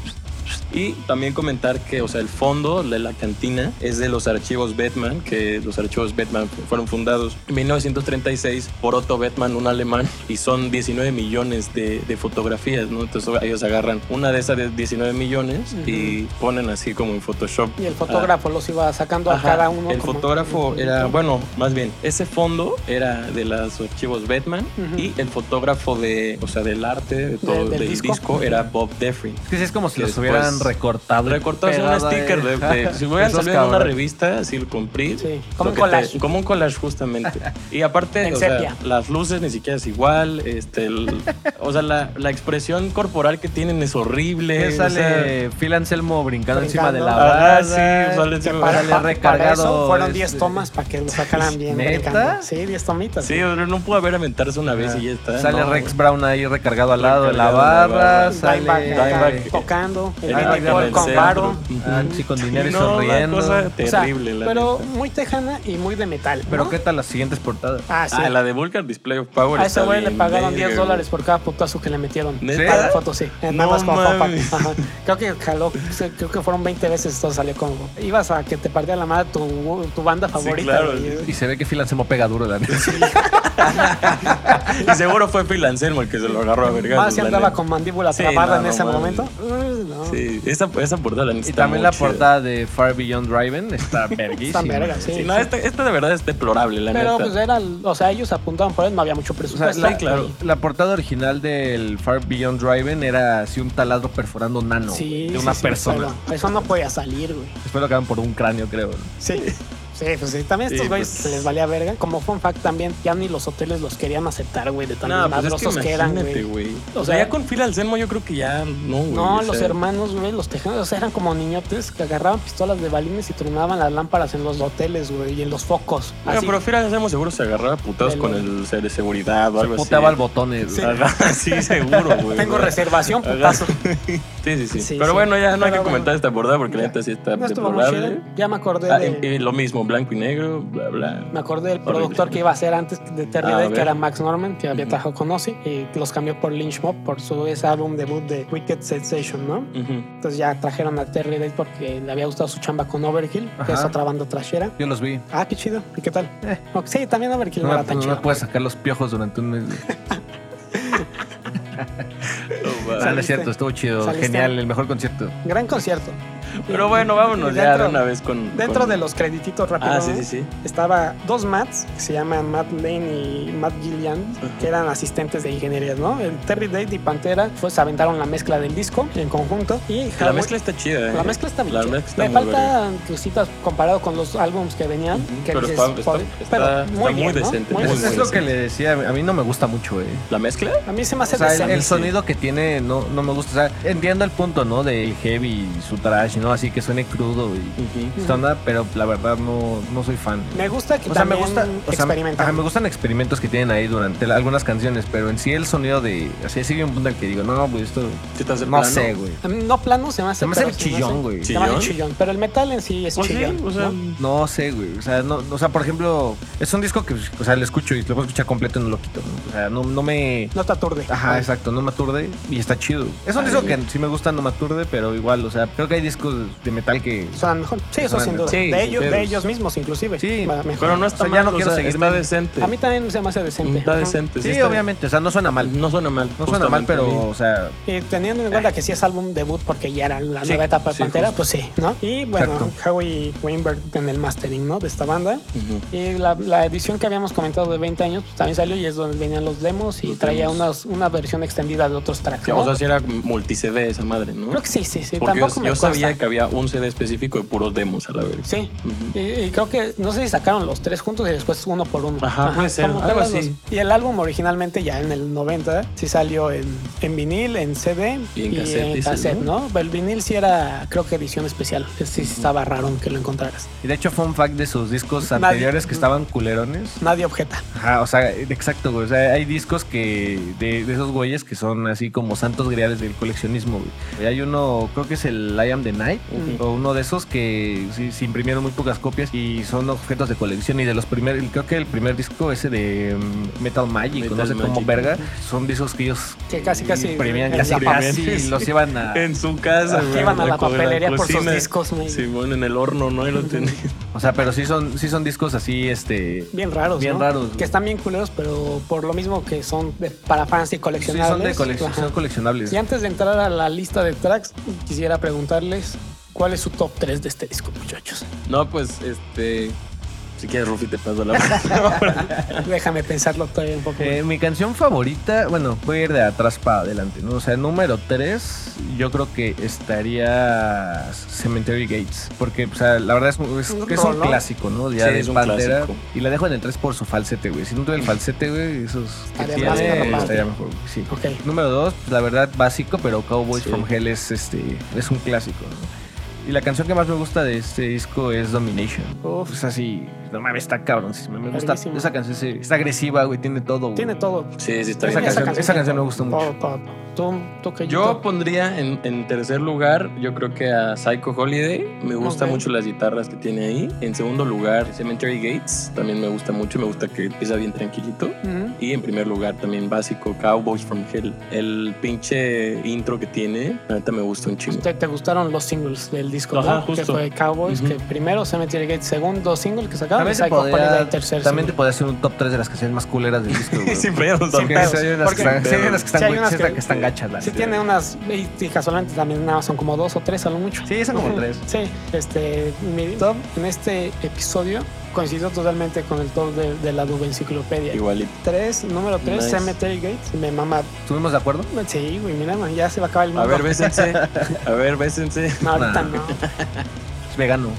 Y también comentar que, o sea, el fondo de la cantina es de los archivos Batman, que los archivos Batman fueron fundados en 1936 por Otto Batman, un alemán, y son 19 millones de, de fotografías, ¿no? Entonces ellos agarran una de esas de 19 millones y ponen así como en Photoshop.
Y el fotógrafo los iba sacando
Ajá,
a cada uno.
El
como-
fotógrafo
Ujú.
era, bueno, más bien, ese fondo era de los archivos Batman
Ujú.
y el fotógrafo de, o sea, del arte, de todo,
del
del
disco.
disco. era Bob Defrin.
Es que sí es como si
Que
los
después-
hubieran recortado. y
Recortado en un
pegado ahí.
sticker de, de- si hubieran
Esos
salido en una
cabrones.
revista, así lo compré.
Sí, como
lo
un
que te-
collage.
como un collage, justamente. Y aparte,
En
o sea,
sepia.
las luces ni siquiera es igual. Este, el- o sea, la, la expresión corporal que tienen es horrible.
Que
o
sale
sea,
Phil Anselmo brincando, encima de la
Brincando.
barra.
Ah, sí, sale encima.
Para,
Sale
pa- para
recargado.
eso fueron
este,
10 tomas para que lo sacaran bien.
¿Neta?
brincando. Sí, 10 tomitas.
Sí, o sea, no puedo haber aventarse una vez y ya está.
Sale
no,
Rex Brown ahí recargado al lado de la
Recargado en la
barra.
barra.
Sale
Dimebag acá
Dimebag.
tocando, el
Dimebag
Billy
en
Paul
el
con
centro.
varo.
Ah, sí, con dinero y
No, una
sonriendo.
cosa
O sea,
terrible, la
pero
neta.
muy tejana y muy de metal.
Pero
¿no?
qué tal las siguientes portadas.
Ah, sí.
Ah, la de Vulgar Display of Power.
a ese
está
güey le
bien
pagaron
verga,
10 dólares por cada putazo que le metieron.
¿Neta?
Para la foto, sí. Eh, Nada
No
más como fun
mames.
fact. Ajá. Creo que jaló, o sea, creo que fueron 20 veces, esto salió como. Ibas a que te partiera la madre tu, tu banda favorita.
claro,
güey.
Y se ve que Phil Anselmo pega duro, la neta.
güey. Y seguro fue Phil Anselmo el que se lo agarró a verga.
Más si andaba con mandíbula
Sí,
trabada
no,
en ese
no mames.
momento. Uh, no.
Sí, esa, esa portada la neta,
Y
está
también
muy
la
chida.
portada de Far Beyond Driving está verguísima.
Están verga, sí.
Sí, no, esta, esta de verdad es deplorable, la
Pero
neta.
pues era, o sea, ellos apuntaban por él, no había mucho
O sea,
presupuesto.
la,
claro.
la portada original del Far Beyond Driving era así un taladro perforando un nano
Sí,
güey, de
sí, pues
una
sí,
persona.
pero Eso no podía salir, güey.
Después lo acaban por un cráneo, creo. ¿no?
Sí. Sí, pues sí. También estos
Sí,
güeyes
pues.
que les valía verga. Como fun fact también, ya ni los hoteles los querían aceptar, güey, de tan
No, pues es que
madrosos que, eran,
imagínate,
güey.
güey.
O
O sea,
sea,
ya con fila al Zenmo yo creo que ya no, güey.
No,
o
los
sea,
hermanos, güey, los tejanos, o sea, eran como niñotes que agarraban pistolas de balines y tronaban las lámparas en los hoteles, güey, y en los focos.
Bueno,
Así.
pero fila al Zenmo seguro se agarraba a putados
Del-
con el ser de seguridad o
Se
algo así.
puteaba al botones.
Sí, Ajá, sí, seguro, güey.
Tengo
güey.
reservación,
Ajá.
putazo.
Sí, sí, sí.
Sí,
pero
sí.
bueno, ya no hay que
Pero
comentar
bueno.
esta portada porque la
Ya.
neta sí está
No estuvo muy
deplorable.
chido. Ya me acordé
Ah,
de-
y- y lo mismo, blanco y negro, bla, bla.
Me acordé del
Horrible.
productor que iba a ser antes de Terry
Ah, a
Day,
ver.
que era Max Norman, que había
Ujú.
trabajado con Ozzy, y los cambió por Lynch Mob, por su ese álbum debut de Wicked Sensation, ¿no?
Ujú.
Entonces ya trajeron a Terry Day porque le había gustado su chamba con Overkill, que
Ajá.
es otra banda trashera.
Yo los vi.
Ah, qué chido. ¿Y qué tal?
Eh.
Ok, Sí, también Overkill
No,
no,
me-
era tan
no me
chido.
puedes sacar los piojos durante un mes.
Oh, va.
Ah, no es cierto, estuvo chido.
Saliste.
Genial, el mejor concierto.
Gran concierto.
Pero bueno, vámonos
Y
ya de
dentro-
una vez con.
Dentro
con-
de los credititos rápidos
Ah, sí, sí, sí.
estaba dos Matts, que se llaman Matt Lane y Matt Gillian,
Ajá.
que eran asistentes de ingeniería, ¿no? El Terry Day y Pantera pues, aventaron la mezcla del disco en conjunto y
La
Howard-
mezcla está chida. eh.
la mezcla está bien.
La
chida.
mezcla está
Me
muy
faltan cositas comparado con los álbumes que venían.
Ujú,
que
pero
dices,
está- está-
"Joder",
está-
pero
está
muy
muy
bien, ¿no?
decente,
Muy
muy,
es
decente.
es lo
bueno.
que le decía, a mí no me gusta mucho, eh.
¿La mezcla?
A mí se me hace
O sea, el,
decente.
el sonido que tiene no, no me gusta. O sea, entiendo el punto, ¿no? Del heavy y su trash, ¿no? Así que suene crudo y esta onda, pero la verdad no, no soy fan.
Me gusta que
O sea, me
también
gusta. o sea,
experimentan.
ajá, me gustan experimentos que tienen ahí durante la- algunas canciones, pero en sí el sonido de. Así sigue un punto en que digo, no, pues esto.
¿Sí te hace
No
plano?
sé, güey.
A mí Mm, no plano se me hace.
Se me hace
pero
chillón, güey.
Se me hace
¿Chillón?
chillón. Pero el metal en sí es
Pues sí,
chillón.
o sea,
¿no?
No sé, güey. O sea, no, o sea, por ejemplo, es un disco que, o sea, lo escucho y lo puedo escuchar completo y no lo quito. ¿no? O sea, no, no me.
No te aturde.
Ajá, exacto, no me aturde y está chido. Es un
Ay,
disco que
güey.
sí me gusta, no me aturde, pero igual, o sea, creo que hay discos de metal que.
Suenan mejor. Sí, eso
Suenan
sin duda.
mejor.
Sí,
de,
sin
ellos, de
pedos.
ellos mismos, inclusive.
Sí,
Va mejor.
Pero no está
O sea, ya
mal,
no
o
quiero
sea,
seguirme.
está decente.
A mí también se me hace decente.
está
Ajá.
decente.
Sí,
está-
obviamente, o sea, no suena mal.
No suena mal.
No suena mal,
justamente.
pero, o sea,
Y teniendo en cuenta que sí es álbum debut porque ya era la
Sí,
nueva etapa de
sí,
Pantera,
justo.
pues sí, ¿no? Y bueno,
Exacto.
Howie Weinberg en el mastering, ¿no? De esta banda.
Ujú.
Y la, la edición que habíamos comentado de 20 años pues, también salió y es donde venían los demos y
Los
traía unas,
demos.
una versión extendida de otros tracks.
Que,
¿no?
O sea, si era multi-CD esa madre, ¿no?
Creo que sí, sí, sí.
Porque yo,
Tampoco me
yo
consta.
sabía que había un CD específico de puros demos a la verga.
Sí. Y,
Ujú.
y creo que no sé si sacaron los tres juntos y después uno por uno.
Ajá, puede ser,
como
algo
tal,
así.
los- Y el álbum originalmente ya en el 90 sí salió en, en vinil, en CD
Y en cassette, dices,
cassette,
¿no?
¿no? Pero el vinil sí era, creo que edición especial. Sí, sí estaba raro que lo encontraras.
y de hecho fue un fact de sus discos
Nadie-
anteriores que estaban culerones.
Nadie objeta.
Ajá, o sea, exacto, güey. O sea, hay discos que de, de esos güeyes que son así como santos griales del coleccionismo, güey. Y hay uno, creo que es el I Am the Night,
Ujú.
o uno de esos que sí, se imprimieron muy pocas copias y son objetos de colección. Y de los primeros, creo que el primer disco ese de mm, Metal Magic, o no
Metal
sé cómo
Magic.
verga, son discos que ellos
Que casi, casi
imprimían
en
casi,
zapatos.
casi y los llevan a.
En su casa, güey.
Iban Ah. a la
co-
papelería por sus
cocina.
discos, güey.
Simón en el horno, ¿no? Y lo tenía.
O sea, pero sí son, sí son discos así, este.
Bien raros.
Bien
¿no?
raros,
Que
güey.
están bien culeros, pero por lo mismo que son de- para fans y
Sí,
coleccionables.
son de colección,
Ajá.
son coleccionables.
Y antes de entrar a la lista de tracks, quisiera preguntarles cuál es su top 3 de este disco, muchachos.
No, pues, este... Si quieres, Rufi, te paso la palabra.
Déjame pensarlo todavía un poco.
Eh, mi canción favorita, bueno, voy a ir de atrás para adelante, ¿no? O sea, número 3, yo creo que estaría Cemetery Gates, porque, o sea, la verdad es, es-
Un
es un
rolón.
clásico, ¿no? Ya
Sí,
de
es un
Pantera.
clásico.
Y la dejo en el 3 por su falsete, güey. Si no tuviera el falsete, güey, eso es-
Estaría
sí,
más
eh,
capaz.
estaría mejor, güey, sí.
Ok.
Número 2, la verdad, básico, pero Cowboys
Sí.
from Hell es, este, es un clásico, ¿no? Y la canción que más me gusta de este disco es Domination.
Uf.
Es así, no mames, está cabrón. sí, Me gusta
Verguísima.
esa canción, sí, está agresiva, güey, tiene todo. güey.
Tiene todo.
sí, sí, está
Esa
bien.
canción- esa canción me gusta mucho.
Todo, todo, todo. Tú, tú que
Yo pondría en, en tercer lugar, yo creo que a Psycho Holiday. Me gusta
Ok.
mucho las guitarras que tiene ahí. En segundo lugar, Cemetery Gates. También me gusta mucho. Me gusta que empieza bien tranquilito.
Ujú.
Y en primer lugar, también básico, Cowboys from Hell. El pinche intro que tiene, la neta me gusta un chingo.
Te, te gustaron los singles del disco,
Ajá,
¿no? Que
justo.
fue Cowboys,
Ujú.
que primero Cemetery Gate, segundo single que sacaron,
También,
y
te
Psycho Holiday,
podría,
tercer
también te
single.
podría hacer un top 3 de las canciones más culeras del disco. güey.
Sin pedos,
Sin
Porque
también.
pedos.
sí hay unas que
Porque-
están- sí hay unas que
Sí,
están
hay
güey,
unas
sí hay
que-
que están gachas. la
Sí,
neta.
tiene unas, y, y casualmente también nada, son como dos o tres a lo mucho.
Sí, son como
Ujú.
tres.
Sí, este, mi top en este episodio coincidió totalmente con el top de, de la Dube Enciclopedia.
Igualito.
Tres, número 3,
Nice.
Cemetery Gates. Me mama.
¿Estuvimos de acuerdo?
Sí, güey, mira, man, ya se va a acabar el mundo.
A ver, bésense. A ver, bésense.
No, ahorita
Nah.
no.
Es vegano.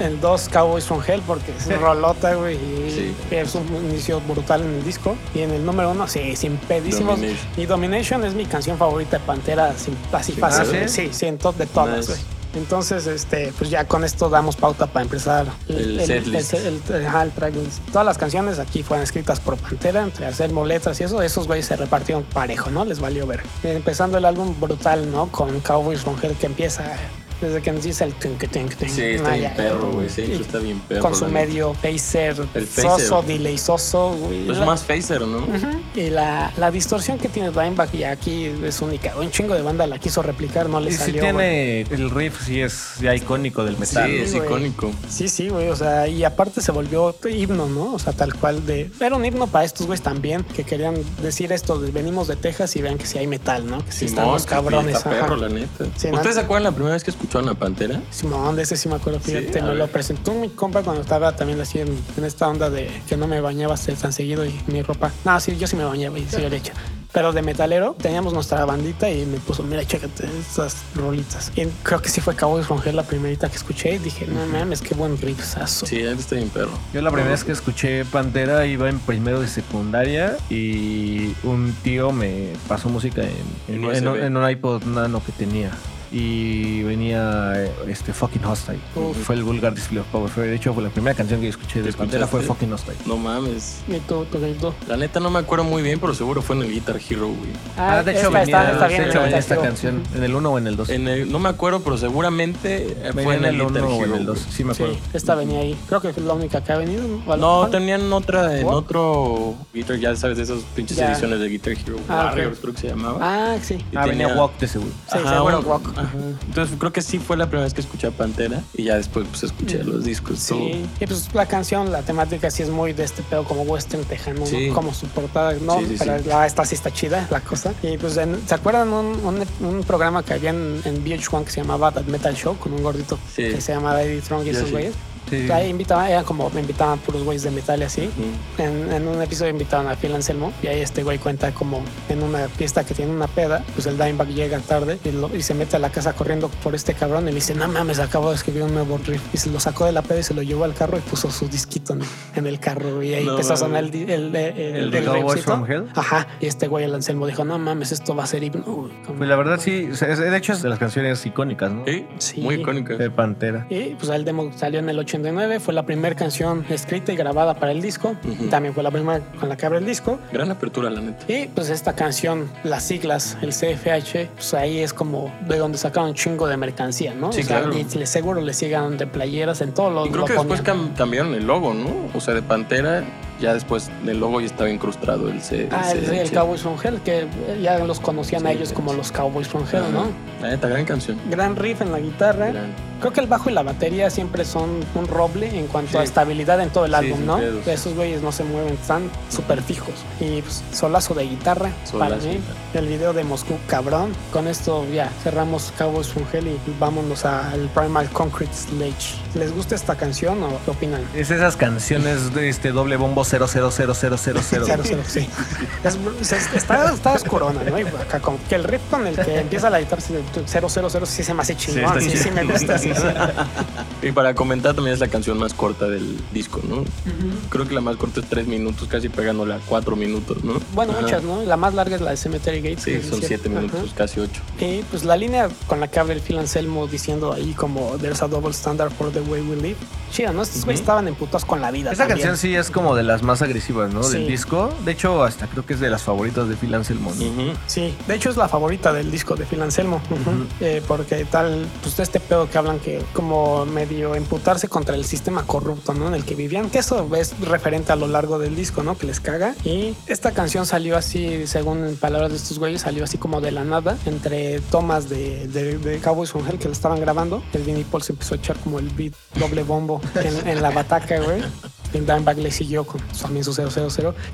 el 2 Cowboys from Hell porque es rolota, güey, y
Sí.
es un inicio brutal en el disco. Y en el número 1, sí, sin pedísimos.
Domination.
Y Domination es mi canción favorita de Pantera, sin así
Sí.
fácil.
Ah,
güey.
¿sí?
sí, sí, en top de todas,
Nice.
güey. Entonces, este, pues ya con esto damos pauta para empezar
El setlist.
el- el- ajá, el tracklist. Todas las canciones aquí fueron escritas por Pantera, entre hacer moletas y eso, esos güeyes se repartieron parejo, ¿no? Les valió ver. Empezando el álbum brutal, ¿no? Con Cowboys from Hell que empieza desde que nos dice el tink, tink, tink.
Sí, está
Ah,
bien
ya,
perro, güey. Sí,
y
está bien perro.
con su
la neta.
medio phaser,
El phaser.
soso, delay soso, güey.
Es
La-
Pues más phaser, ¿no?
Ujú. Y la, la distorsión que tiene Dimebag y aquí es única. Un chingo de banda la quiso replicar, no le
Y si
salió. güey.
tiene el riff, sí es ya icónico del
Sí,
metal.
es
güey.
icónico.
Sí, sí, güey, o sea, y aparte se volvió himno, ¿no? O sea, tal cual de... Era un himno para estos güeyes también, que querían decir esto, de, venimos de Texas y vean que si hay metal, ¿no? Que si están
Simón,
los
sí,
cabrones.
Está
ajá.
perro, la neta.
Sí,
¿Ustedes
no-
se acuerdan la primera vez que escucharon a Pantera?
Simón, de ese sí me acuerdo, fíjate,
a
me lo
ver.
presentó mi compa cuando estaba también así en, en esta onda de que no me bañaba hasta tan seguido y mi ropa. No, sí, yo sí me bañaba y sí yo le echa. Pero de metalero teníamos nuestra bandita y me puso, mira, chécate estas rolitas. Y creo que sí fue Cowboys from Hell la primerita que escuché y dije, no mames, qué buen gripazo.
Sí, está bien perro.
Yo la primera vez que escuché Pantera iba en primero de secundaria y un tío me pasó música en, en-
En USB.
en un- en un iPod nano que tenía. Y venía eh, este Fucking Hostile.
Uf.
Fue el Vulgar Display of Power. Fue, de hecho, fue la primera canción que escuché de
¿Te
Pantera fue
escuchaste?
Fucking Hostile.
No mames.
Y tú, tu grito.
La neta no me acuerdo muy bien, pero seguro fue en el Guitar Hero, güey.
Ah, de hecho,
esta,
venía,
está, está
de
bien
hecho, venía esta
orientativo.
canción en el 1 o en el
Pues
2.
En el- no me acuerdo, pero seguramente eh,
Venía
fue en
en
el
el
Guitar
1 o en
Hero.
el 2.
güey.
Sí, me acuerdo.
Sí, esta venía ahí. Creo que es la única que ha venido. ¿no? ¿O
No,
algo?
tenían otra en
¿What?
otro Guitar, ya sabes, de esas pinches
Ya.
ediciones de Guitar Hero
Ah, ok.
Warriors, creo que se llamaba.
Ah, sí.
Y
Ah, venía
tenía-
Walk de seguro.
Sí, seguro, Rock.
ajá. Entonces creo que sí fue la primera vez que escuché a Pantera y ya después pues escuché los discos.
Mm. Sí,
todo.
y pues la canción, la temática sí es muy de este pedo como western tejano, ¿no?
Sí.
como su portada, ¿no?
Sí, sí,
Pero
sí.
la- esta sí está chida, la cosa. Y pues, en- ¿se acuerdan un, un- un programa que había en, en VH1 que se llamaba That Metal Show con un gordito
Sí.
que se llamaba Eddie Strong y
Ya,
esos
sí.
güeyes?
Sí.
Ahí invitaban, eran como, me invitaban puros güeyes de metal y así.
Mm.
En, en un episodio invitaron a Phil Anselmo y ahí este güey cuenta como en una fiesta que tiene una peda, pues el Dimebag llega tarde y, lo- y se mete a la casa corriendo por este cabrón y le dice, no mames, acabo de escribir un nuevo riff. Y se lo sacó de la peda y se lo llevó al carro y puso su disquito en, en el carro y ahí
No
empezó a sonar el,
mames.
di- el, el, el-
¿El de
el
Cowboys
riffcito.
from Hell?
Ajá. Y este güey, el Anselmo, dijo, no mames, esto va a ser himno. güey". Como-
Pues la verdad sí, o sea, es- de hecho es de las canciones icónicas, ¿no?
Sí,
Sí.
muy icónica.
De Pantera.
Y pues el demo salió en el 89, fue la primera canción escrita y grabada para el disco.
Ujú.
También fue la primera con la que abre el disco.
Gran apertura, la neta.
Y pues esta canción, las siglas, el CFH, pues ahí es como de donde sacaron un chingo de mercancía, ¿no?
Sí,
O sea,
claro.
y le- seguro le sigan de playeras en todos los
Y creo
lo
que después
ponían.
cam- cambiaron el logo, ¿no? O sea, de Pantera, ya después del logo ya estaba incrustado el C.
Ah, el,
C-
el Cowboys from Hell, que eh, ya los conocían a
Sí,
ellos
sí.
como los Cowboys from Hell,
Ajá.
¿no?
La neta, gran canción.
Gran riff en la guitarra.
Gran.
Creo que el bajo y la batería siempre son un roble en cuanto
Sí.
a estabilidad en todo el
Sí,
álbum,
sin
¿no?
pedos.
Esos güeyes no se mueven, están súper fijos. Y pues, solazo de guitarra para
Solazo de
mí.
guitarra.
El video de Moscú, cabrón. Con esto ya cerramos Cowboys from Hell y vámonos al Primal Concrete Sledge. ¿Les gusta esta canción o qué opinan?
Es esas canciones de este doble bombo 0000000.
Cero, cero, sí. Es- es- está, está oscurona, ¿no? Y acá como que el riff con el que empieza la guitarra, sí, cero, cero, cero, sí se me hace chingón,
está
sí,
chido.
sí me gusta. sí, sí.
Y para comentar también es la canción más corta del disco, ¿no? Creo que la más corta es 3 minutos, casi pegándole a 4 minutos, ¿no?
Bueno,
Ajá.
muchas, ¿no? La más larga es la de Cemetery Gates. que es
Sí, son 7
Ajá.
minutos, casi 8.
Y pues la línea con la que abre el Phil Anselmo diciendo ahí como There's a double standard for the way we live. Chido, ¿no? Estos güeyes estaban emputados con la vida.
Esa
también.
canción sí es como de las más agresivas, ¿no?
Sí.
Del disco. De hecho, hasta creo que es de las favoritas de Phil Anselmo. ¿no?
Sí, de hecho es la favorita del disco de Phil Anselmo, Ujú. Eh, porque tal, pues de este pedo que hablan que como medio emputarse contra el sistema corrupto, ¿no? En el que vivían, que eso es referente a lo largo del disco, ¿no? Que les caga. Y esta canción salió así, según palabras de estos güeyes, salió así como de la nada, entre tomas de, de, de Cowboys from Hell que lo estaban grabando. El Vinnie Paul se empezó a echar como el beat doble bombo en, en la bataca, güey. Y Dimebag le siguió con también su 000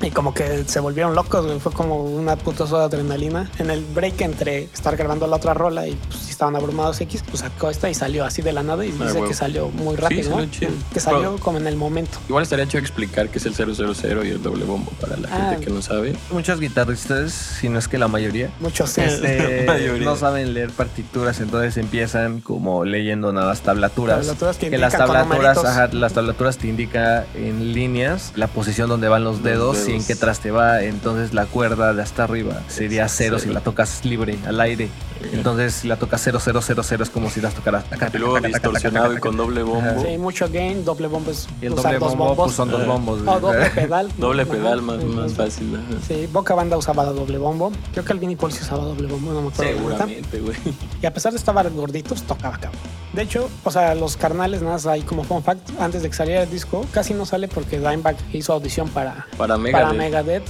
y como que se volvieron locos, güey. Fue como una puta soda de adrenalina. En el break entre estar grabando la otra rola y pues, sí estaban abrumados X, pues sacó esta y salió así de la nada y
Ah,
dice
huevo.
que salió muy
Sí,
rápido,
salió
¿no?
chido.
Que salió
Wow.
como en el momento.
Igual estaría hecho explicar qué es el 000 y el doble bombo para la
Ah.
gente que no sabe.
Muchos guitarristas, si no es que la mayoría,
Muchos
este,
La mayoría.
no saben leer partituras, entonces empiezan como leyendo nada más tablaturas.
Tablaturas que
que las
indican con
tablaturas,
numeritos.
ajá, las tablaturas te indica en líneas la posición donde van los
Los
dedos, y en
dedos.
qué traste va. Entonces la cuerda de hasta arriba sería
Es
cero si
cero.
la tocas libre, al aire. Entonces si la tocas cero, cero, cero, cero es como si las tocaras. taca,
Y
taca,
luego
taca, taca,
distorsionado
taca,
y con doble bombo.
Sí, mucho gain, doble bombo es
Y el
usar
doble
dos
bombo
bombos.
pues, son dos
Ah.
bombos.
o doble pedal.
Doble
Ajá.
pedal más, más
Ujú.
fácil. ajá.
Sí, Boca Banda usaba doble bombo. Creo que el Vinny Paul sí usaba doble bombo, no me acuerdo. la neta.
Seguramente, güey.
Y a pesar de estar gordito, pues tocaba cabrón. De hecho, o sea, los carnales, nada más ahí como fun fact, antes de que saliera el disco, casi no sale porque Dimebag hizo audición para,
Para Mega.
para Megadeth,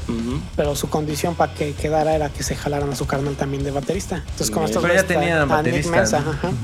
pero su condición para que quedara era que se jalaran a su carnal también de baterista. Entonces, como
Pero
estos
ya
güeyes
tenían
a Nick
baterista,
Menza,
¿no?
ajá,
Ujú.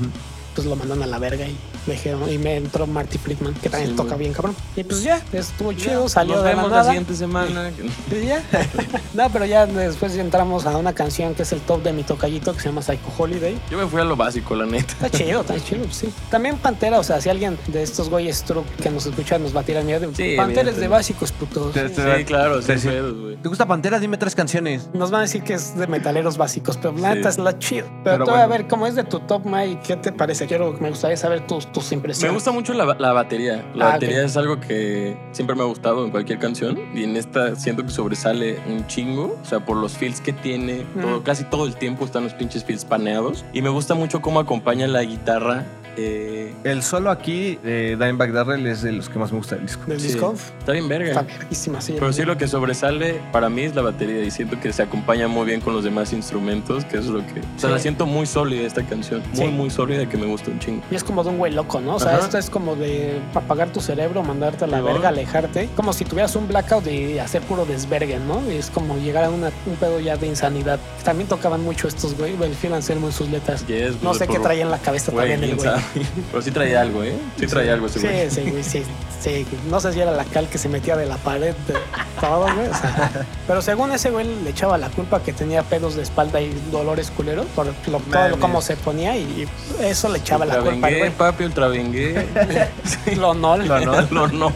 pues lo mandan a la verga y le dijeron, y me entró Marty Friedman, que también
Sí,
toca
güey.
bien cabrón. Y pues ya, estuvo chido, salió
Nos
de
vemos
la nada.
siguiente semana.
Y ya. no, pero ya después entramos a una canción que es el top de mi tocallito que se llama Psycho Holiday.
Yo me fui a lo básico, la neta.
Está chido, está chido, sí. También Pantera, o sea, si alguien de estos güeyes truc que nos escuchan nos va a tirar miedo.
Sí,
Pantera es de
evidentemente.
básicos, puto.
Te-
Sí.
te-
Sí, claro,
te-
sí, pedos, güey.
¿Te gusta Pantera? Dime tres canciones.
Nos van a decir que es de metaleros básicos, pero la
Sí.
neta es la chido. Pero,
Pero
tú, a
bueno.
ver, ¿cómo es de tu top, Mike? ¿Qué te parece? Quiero, me gustaría saber tus, tus
Me
impresiones.
gusta mucho la, la batería. La
Ah,
batería
ok.
es algo que siempre me ha gustado en cualquier canción. Y en esta siento que sobresale un chingo. O sea, por los feels que tiene.
Mm.
Todo, casi todo el tiempo están los pinches feels paneados. Y me gusta mucho cómo acompaña la guitarra. eh,
El solo aquí de Dimebag Darrell es de los que más me gusta del disco.
Del
sí.
disco.
Está bien verga.
Está verguísima, sí.
Pero sí lo que sobresale para mí es la batería y siento que se acompaña muy bien con los demás instrumentos, que es lo que... O sea,
Sí.
la siento muy sólida esta canción, muy,
Sí.
muy sólida que me gusta un chingo.
Y es como de un güey loco, ¿no? O sea,
Ajá.
esto es como de apagar tu cerebro, mandarte a la
Sí, va.
verga, alejarte. Como si tuvieras un blackout y hacer puro desvergue, ¿no? Y es como llegar a una- un pedo ya de insanidad. También tocaban mucho estos güey, el Phil Anselmo en sus letras.
Yes,
No
pues,
sé qué
por-
traía en la cabeza
Güey,
también el
quién
güey.
sabe. Pero sí traía algo, ¿eh? Sí traía algo ese
Sí,
güey.
sí, güey, sí, sí. No sé si era la cal que se metía de la pared de todo, güey. o sea. pero según ese güey le echaba la culpa que tenía pedos de espalda y dolores culeros por lo, todo lo
Mames.
cómo se ponía y eso le echaba la culpa al
Ultravengué,
güey.
papi, ultravengué.
Lo nol.
no, no.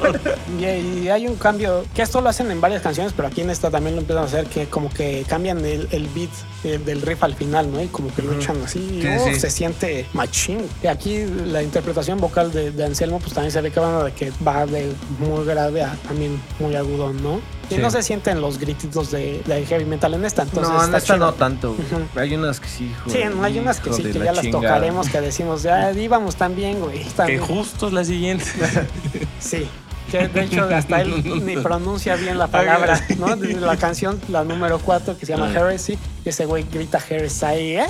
Y, y hay un cambio, que esto lo hacen en varias canciones, pero aquí en esta también lo empiezan a hacer, que como que cambian el, el beat eh, del riff al final, ¿no? Y como que lo
Ujú.
echan así, y
Sí,
oh,
sí.
se siente machín. Y aquí la interpretación vocal de, de Anselmo, pues también se ve que van de que va de muy grave a también muy agudón, ¿no? Y
Sí.
no se sienten los grititos de, de heavy metal en esta, entonces
no, en
está
esta
chido.
no tanto. güey.
Ujú.
Hay unas que sí.
Sí,
joder,
hay unas que
hijo
sí,
de
que
la
ya las
chingada.
tocaremos, que decimos, ya íbamos tan bien, güey. tan
que
bien".
justo es la siguiente.
Sí. Que de hecho hasta él ni pronuncia bien la palabra, ¿no? De La canción, la número 4, que se llama
Ah.
Heresy, y ese güey grita Heresy. ¿eh?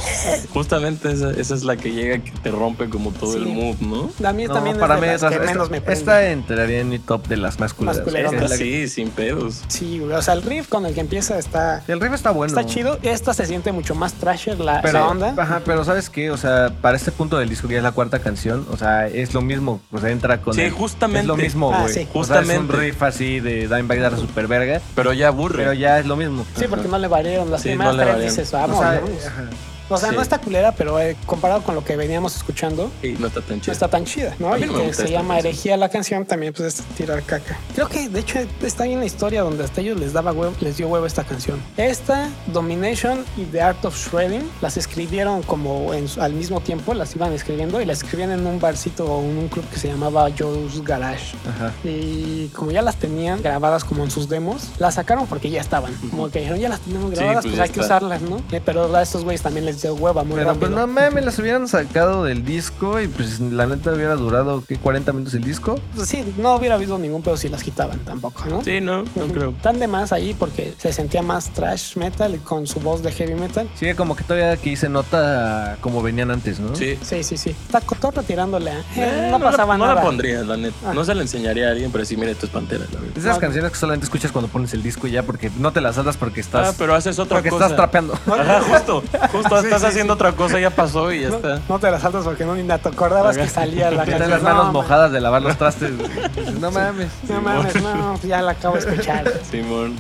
Justamente esa, esa es la que llega que te rompe como todo
Sí.
el mood, ¿no?
A mí
No,
también
para
es
mí
de las
esta,
que
esta-
menos me prende.
esta entraría en mi top de las más culeras.
Más culeras.
Esta es la que-
Sí, sin pedos.
Sí, güey, o sea, el riff con el que empieza está,
El riff está bueno.
está chido. Esta se siente mucho más trasher la,
Pero,
la onda.
ajá, pero ¿sabes qué? O sea, para este punto del disco, que es la cuarta canción, o sea, es lo mismo. O sea, entra con.
Sí,
el-
justamente.
Es lo mismo,
Ah,
güey.
sí.
Justamente.
Justamente.
es un riff así de Dimebag Darrell super verga,
Pero ya aburre.
pero ya es lo mismo.
Sí, porque no le variaron las
Sí,
primeras
no le
tres,
variaron.
dices, vamos,
o sea,
¿no?
ajá.
O sea,
sí.
no está culera, pero eh, comparado con lo que veníamos escuchando,
Sí, no está tan
no
chido.
está tan chida, ¿no?
A
Y
mí no me
que
gusta
se
esta
llama
canción.
herejía la canción, también pues es tirar caca. Creo que de hecho está ahí una historia donde hasta ellos les daba huevo, les dio huevo esta canción. Esta, Domination y The Art of Shredding las escribieron como en su- al mismo tiempo, las iban escribiendo y las escribían en un barcito o en un club que se llamaba Joe's Garage.
Ajá.
Y como ya las tenían grabadas como en sus demos, las sacaron porque ya estaban. Como que dijeron, ya las tenemos
Sí,
grabadas,
pues
pues,
ya
hay que
está.
usarlas, ¿no? Eh, Pero a estos güeyes también les dio hueva muy
Pero
rápido.
pues no mames, las hubieran sacado del disco y pues la neta hubiera durado, ¿qué? 40 minutos el disco.
Pues sí, no hubiera habido ningún pedo si las quitaban tampoco, ¿no?
Sí, no, no creo.
Tan de más ahí porque se sentía más trash metal con su voz de heavy metal.
Sí, como que todavía aquí se nota como venían antes, ¿no?
Sí.
Sí, sí, sí. Está cotorra tirándole. a-
Eh,
no
la-
pasaba
No
nada.
la pondría, la neta.
Ah.
No se la enseñaría a alguien, pero sí, mira, esto es Pantera, la verdad.
Es de esas
No.
canciones que solamente escuchas cuando pones el disco y ya porque no te las saltas porque estás,
ah, pero haces otra
porque
cosa.
estás trapeando.
Ajá, justo. Justo estás haciendo otra cosa, ya pasó y ya
no,
está.
no te las saltas porque no ni te acordabas que salía la
Están
canción.
las manos
No, man,
mojadas de lavar los trastes. Dices, No mames.
No mames, no, pues ya la acabo de escuchar.
Simón.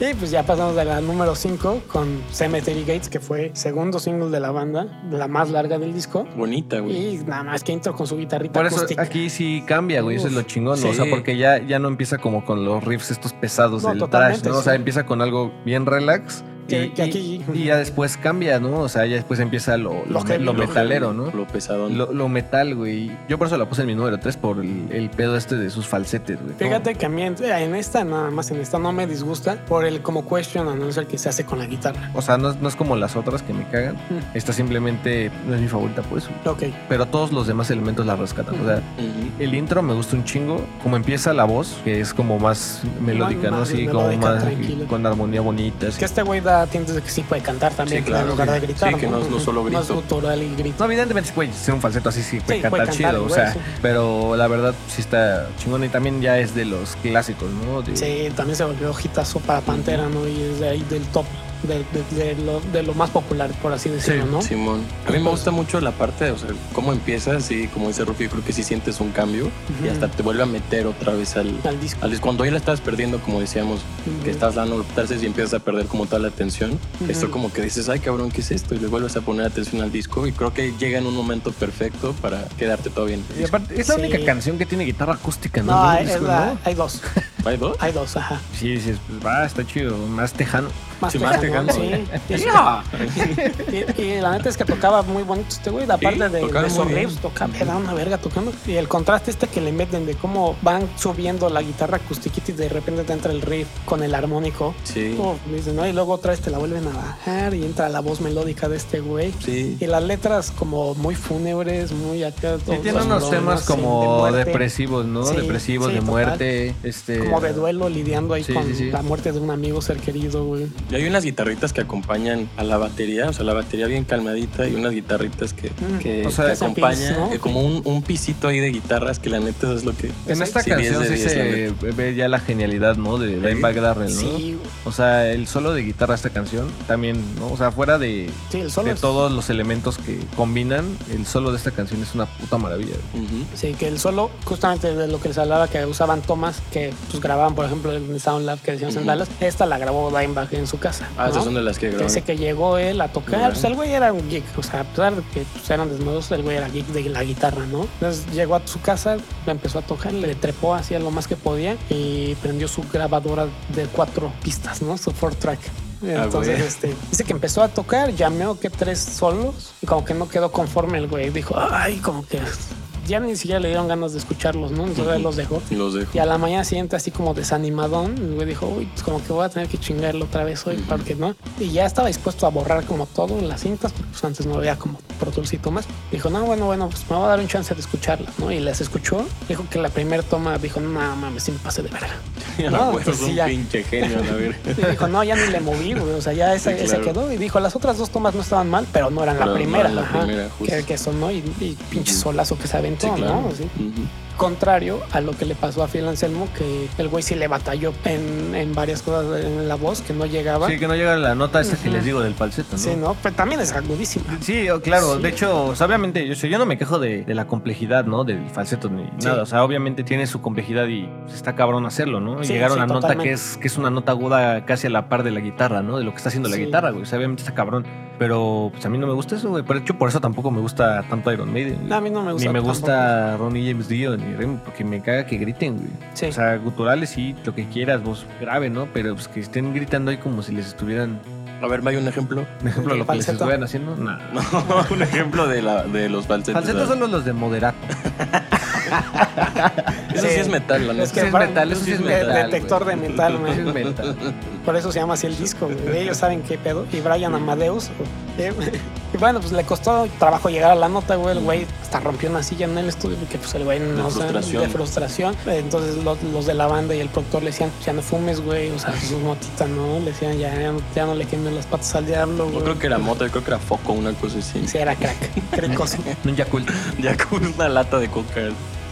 Y pues ya pasamos de la número 5 con Cemetery Gates, que fue segundo single de la banda, la más larga del disco.
Bonita, güey.
Y nada más que intro con su guitarrita
Por eso
acústica.
aquí sí cambia, güey. Eso es lo chingón, ¿no? O sea,
Sí.
porque ya, ya no empieza como con los riffs estos pesados
No,
del trash,
totalmente,
¿no? O sea,
sí.
empieza con algo bien relax.
Que-
y,
que aquí-
y- y ya después cambia, ¿no? O sea, ya después empieza lo, lo,
Lo heavy,
lo
lo
metalero, ¿no?
Lo pesadón.
Lo, lo metal, güey. Yo por eso la puse en mi número 3 por el, el pedo este de sus falsetes, güey.
Fíjate que a mí en, en esta, nada más en esta, no me disgusta por el como question announcer que se hace con la guitarra.
O sea, no, es- no es como las otras que me cagan.
Mm.
Esta simplemente no es mi favorita por eso.
Ok,
Pero todos los demás elementos la rescatan. O sea,
Ujú.
el intro me gusta un chingo. Como empieza la voz, que es como más
Más-
melódica, ¿no?
más
Así como
melódica,
más
tranquila.
con armonía bonita.
es
así.
que este güey da tintes de que sí puede cantar también,
Sí, claro,
en lugar de
sí.
gritar.
Sí, que no es- no solo
No es
grito.
gutural y grito.
No, evidentemente, güey, ser un falseto así sí puede
Sí,
cantar
puede
chido,
cantar,
o
güey,
sea,
sí.
pero la verdad sí está chingón y también ya es de los clásicos, ¿no? De-
Sí, también se volvió hitazo para Pantera, ¿no? Y es de ahí del top, de, de- de lo, de lo más popular, por así decirlo, ¿no?
Simón. A mí me gusta mucho la parte, o sea, cómo empiezas y como dice Rufi, yo creo que sí sientes un cambio y
Ujú.
hasta te vuelve a meter otra vez al...
Al disco.
al cuando ya la estabas perdiendo, como decíamos, que estás dando los tarses y empiezas a perder como toda la atención.
Ujú.
Esto como que dices, ay cabrón, ¿qué es esto? Y le vuelves a poner atención al disco y creo que llega en un momento perfecto para quedarte todo bien.
Y aparte, es la
Sí.
única canción que tiene guitarra acústica, ¿no?
No,
En el
hay,
disco,
es la-
¿no?
hay dos.
¿Hay dos?
Hay dos, ajá.
Sí, dices, pues va, está chido, más tejano.
Más
Sí, más ¿eh?
tejano, sí.
tejano.
Y, y la neta es que tocaba muy bonito este güey. Aparte de,
tocaba
de
muy
esos
bien.
riffs, tocaba, era una verga tocando. Y el contraste este que le meten de cómo van subiendo la guitarra acustiquita y de repente te entra el riff con el armónico.
Sí.
Uf, dice, ¿no? Y luego otra vez te la vuelven a bajar y entra la voz melódica de este güey.
Sí.
Y las letras como muy fúnebres, muy acá.
Sí,
todos
tiene
los
unos
problemas,
temas
sí,
como
muerte,
depresivos, ¿no?
Sí,
depresivos,
sí,
de
total.
muerte, este...
Como de duelo lidiando ahí
Sí,
con
sí, sí.
la muerte de un amigo ser querido, güey.
Y hay unas guitarritas que acompañan a la batería, o sea, la batería bien calmadita y unas guitarritas que,
Mm.
que,
O sea,
que
es
un
acompañan,
piece, ¿no?
eh, como un, un pisito ahí de guitarras que la neta es lo que...
En esta
sí,
canción
10 de
sí
10, la
se
neta.
ve ya la genialidad, ¿no? De Dimebag Darrell, ¿no?
Sí,
O sea, el solo de guitarra de esta canción también, ¿no? O sea, fuera de,
sí, el solo
de
es-
todos los elementos que combinan, el solo de esta canción es una puta maravilla.
Ujú.
Sí, que el solo, justamente de lo que les hablaba, que usaban tomas que pues, grababan, por ejemplo, en Sound Lab que decíamos en
Ujú.
Dallas, esta la grabó Dimebag en su casa.
Ah, esas
¿no?
son de las que
Que
grabaron.
Dice que llegó él a tocar,
Ujú.
pues el güey era un geek, o sea, a pesar de que pues, eran desnudos, el güey era geek de la guitarra, ¿no? Entonces llegó a su casa, la empezó a tocar, le trepó hacía lo más que podía y prendió su grabadora de cuatro pistas, ¿no? Su four track.
Ah,
Entonces,
güey.
este, dice que empezó a tocar, llamó que tres solos y como que no quedó conforme el güey, dijo, ay, como que ya ni siquiera le dieron ganas de escucharlos, ¿no? Entonces
Ujú.
los dejó.
Los dejo.
Y a la mañana siguiente, así como desanimadón, el güey dijo, uy, pues como que voy a tener que chingarlo otra vez hoy,
Ujú.
porque no. Y ya estaba dispuesto a borrar como todo las cintas, porque pues antes no había como Pro Tools y tomas. Dijo, no, bueno, bueno, pues me voy a dar un chance de escucharlas, ¿no? Y las escuchó. Dijo que la primera toma dijo, no mames, sí me pasé de verga.
Ya,
No,
güey,
pues
es
sí,
un
ya.
pinche genio, la verga.
Y dijo, no, ya ni le moví, güey. O sea, ya esa,
Sí,
esa
claro.
quedó. Y dijo, las otras dos tomas no estaban mal, pero no eran
Pero
la
no
primera.
era la
ajá.
primera, justo.
que, que sonó y, y pinche
Ujú.
solazo que se aventó,
Sí, claro.
¿no? Sí.
Ujú.
contrario a lo que le pasó a Phil Anselmo, que el güey sí le batalló en, en varias cosas en la voz, que no llegaba.
Sí, que no llega la nota esta que
Ujú.
les digo del falseto, ¿no?
Sí, ¿no? Pero también es agudísima.
Sí, o- claro,
Sí.
de hecho, o sea, obviamente, yo, sé- yo no me quejo de, de la complejidad, ¿no? Del falseto ni nada, o sea, obviamente tiene su complejidad y pues, está cabrón hacerlo, ¿no? Y
Sí,
Llegar a
sí,
una nota
totalmente.
que es, que es una nota aguda casi a la par de la guitarra, ¿no? De lo que está haciendo la
Sí.
guitarra, güey, o sea, obviamente está cabrón, pero pues a mí no me gusta eso, güey, pero de hecho por eso tampoco me gusta tanto Iron Maiden. güey.
No, a mí no me gusta.
Ni me
tampoco.
gusta Ronnie James Dio, ni Remy, porque me caga que griten, güey.
Sí.
O sea, guturales sí, lo que quieras, voz grave, ¿no? Pero pues que estén gritando ahí como si les estuvieran,
A ver, ¿me hay un ejemplo?
por ejemplo,
¿De
lo que les
falseto?
estuvieran haciendo, nada.
No, un ejemplo de, la, de los falsetes.
Falsetos
¿verdad?
solo los de moderato.
Eso sí es metal, la neta.
Es que
Eso es
para-
metal, eso sí es
de-
metal,
detector
güey.
de metal,
Eso es
man.
metal.
Por eso se llama así el disco, güey. Ellos saben qué pedo. Y Brian Amadeus. eh, Y bueno, pues le costó trabajo llegar a la nota, güey. El güey hasta rompió una silla en el estudio porque pues el güey no o sea,
frustración.
de frustración. Entonces lo- los, de la banda y el productor le decían, "Pues, ya no fumes, güey. O sea, sus motitas, ¿no? Le decían, ya, ya, no- ya no le quemes las patas al diablo,
No
güey.
creo que era mota, yo creo que era foco, una cosa así.
Sí, era crack. Cricoso.
Un Yakult.
Ya con una lata de coca.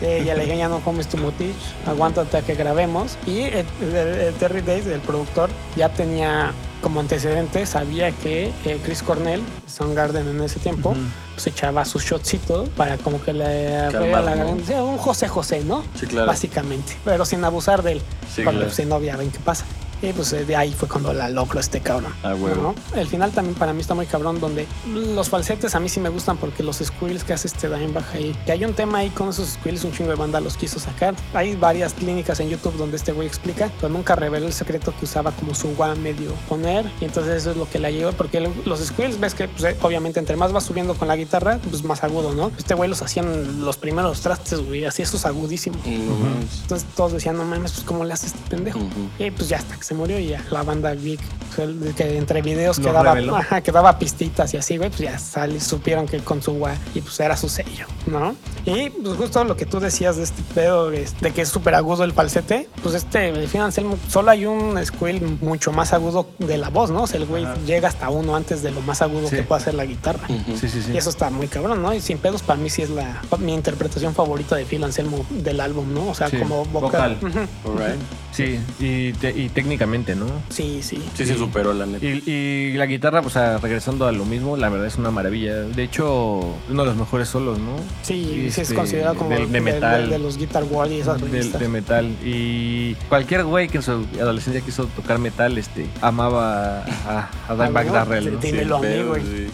Eh, ya le dije, ya no comes tu motich, aguántate a que grabemos. Y eh, eh, Terry Days, el productor, ya tenía como antecedente, sabía que eh, Chris Cornell, Soundgarden en ese tiempo,
Ujú.
pues echaba su shotcito para como que le abriera
Calmar,
la
¿no?
garganta. Sí, Un José José, ¿no?
Sí, claro.
Básicamente, pero sin abusar de él. porque
Sí, claro.
pues, si no, ya ven qué pasa. Y pues eh, de ahí fue cuando la locro este cabrón.
Ah, huevo.
¿no? El final también para mí está muy cabrón, donde los falsetes a mí sí me gustan porque los squeals que hace este Dimebag ahí, que hay un tema ahí con esos squeals, un chingo de banda los quiso sacar. Hay varias clínicas en YouTube donde este güey explica, pero nunca reveló el secreto que usaba como su guan medio poner, y entonces eso es lo que la llevó, porque el- los squeals ves que pues, eh, obviamente entre más vas subiendo con la guitarra, pues más agudo, ¿no? Este güey los hacían los primeros trastes, güey, así esos agudísimos.
Mm, No mames.
Entonces todos decían, no mames, pues cómo le hace este pendejo.
Mm.
Ujú.
Y pues ya hasta que se murió y ya la banda Vic, fue el que entre videos
Lo
que daba,
reveló.
ajá, que daba pistitas y así, güey, pues ya sal- supieron que con su guay y pues era su sello, ¿no? Y pues justo lo que tú decías de este pedo, es- de que es súper agudo el falsete, pues este, el Phil Anselmo, solo hay un squeal mucho más agudo de la voz, ¿no? O sea, el güey
Ajá.
llega hasta uno antes de lo más agudo
Sí. Mm.
que puede hacer la guitarra.
Ujú.
Sí, sí, sí.
Y eso está muy cabrón, ¿no? Y sin pedos para mí sí es la mi interpretación favorita de Phil Anselmo del álbum, ¿no? O sea,
Sí,
como vocal.
vocal.
Ujú.
Alright.
Sí, y, te- y técnicamente, ¿no?
Sí, sí.
Sí, se superó la neta.
Y, y la guitarra, o sea, regresando a lo mismo, la verdad es una maravilla. De hecho, uno de los mejores solos, ¿no?
Sí, sí es
Este,
considerado como
del-
de,
de,
de-
metal.
de los Guitar World y esas
del-
revistas.
de metal y cualquier güey que en su adolescencia quiso tocar metal este amaba a, a Dimebag
bueno,
Darrell
sí,
¿no?
sí. dímelo a mí, güey.
sí.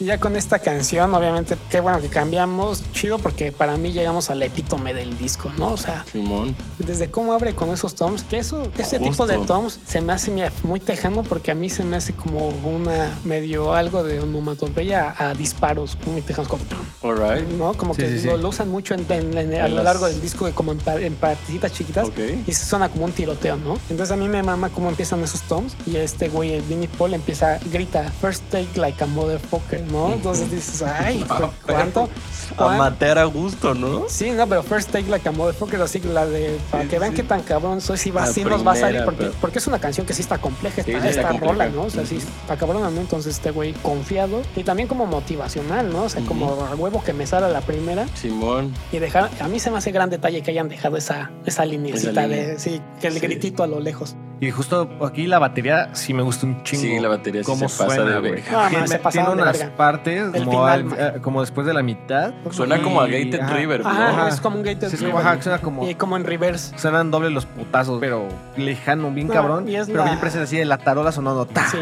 Y ya con esta canción, obviamente, qué bueno que cambiamos. Chido porque para mí llegamos al epítome del disco, ¿no? O sea,
Simón.
desde cómo abre con esos toms, que eso, ese tipo de
Justo.
toms se me hace mira, muy tejano porque a mí se me hace como una medio algo de onomatopeya a disparos muy tejanos como tum,
Alright.
¿no? Como
Sí,
que
sí, sí.
Lo, lo usan mucho en- en- en- a
En
lo
las-
largo del disco, de como en, pa- en partecitas chiquitas.
Ok.
Y se suena como un tiroteo, ¿no? Entonces a mí me mama cómo empiezan esos toms. Y este güey, el Vinnie Paul, empieza, grita, first take like a motherfucker, ¿no? Entonces dices, ay,
Ah,
¿cuánto?
A
¿Cuán-
matar a gusto, ¿no?
Sí, no, pero first take like a motherfucker, así la de para
Sí,
que vean
sí.
qué tan cabrón soy, si va,
La
sí nos va a salir,
primera,
porque,
pero-
porque es una canción que sí está compleja,
Sí,
está,
sí está
está rola,
compleja.
¿no? O sea, sí
Ujú.
está cabrón, ¿no? Entonces este güey confiado y también como motivacional, ¿no? O sea,
Ujú.
como a huevo que me sale la primera
Simón.
y dejar, a mí se me hace gran detalle que hayan dejado esa, esa linecita
línea.
de, sí, que el
Sí.
gritito a lo lejos.
y justo aquí la batería sí me gusta un chingo
Sí, la batería sí
cómo
se pasa
suena,
de
güey.
verga.
Ah,
Tiene-
man, se
tiene
pasaron de
unas
verga.
partes
El
como, al-
final,
eh, como después de la mitad
Suena como a
Y-
Gated
ajá.
River,
Ajá,
¿no?
es como un gated
Sí, es como,
river.
ajá, suena como
Y como en reverse.
suenan doble los putazos pero lejano bien
No,
cabrón
y es
pero
la-
bien presente así de la tarola sonando ta
Sí.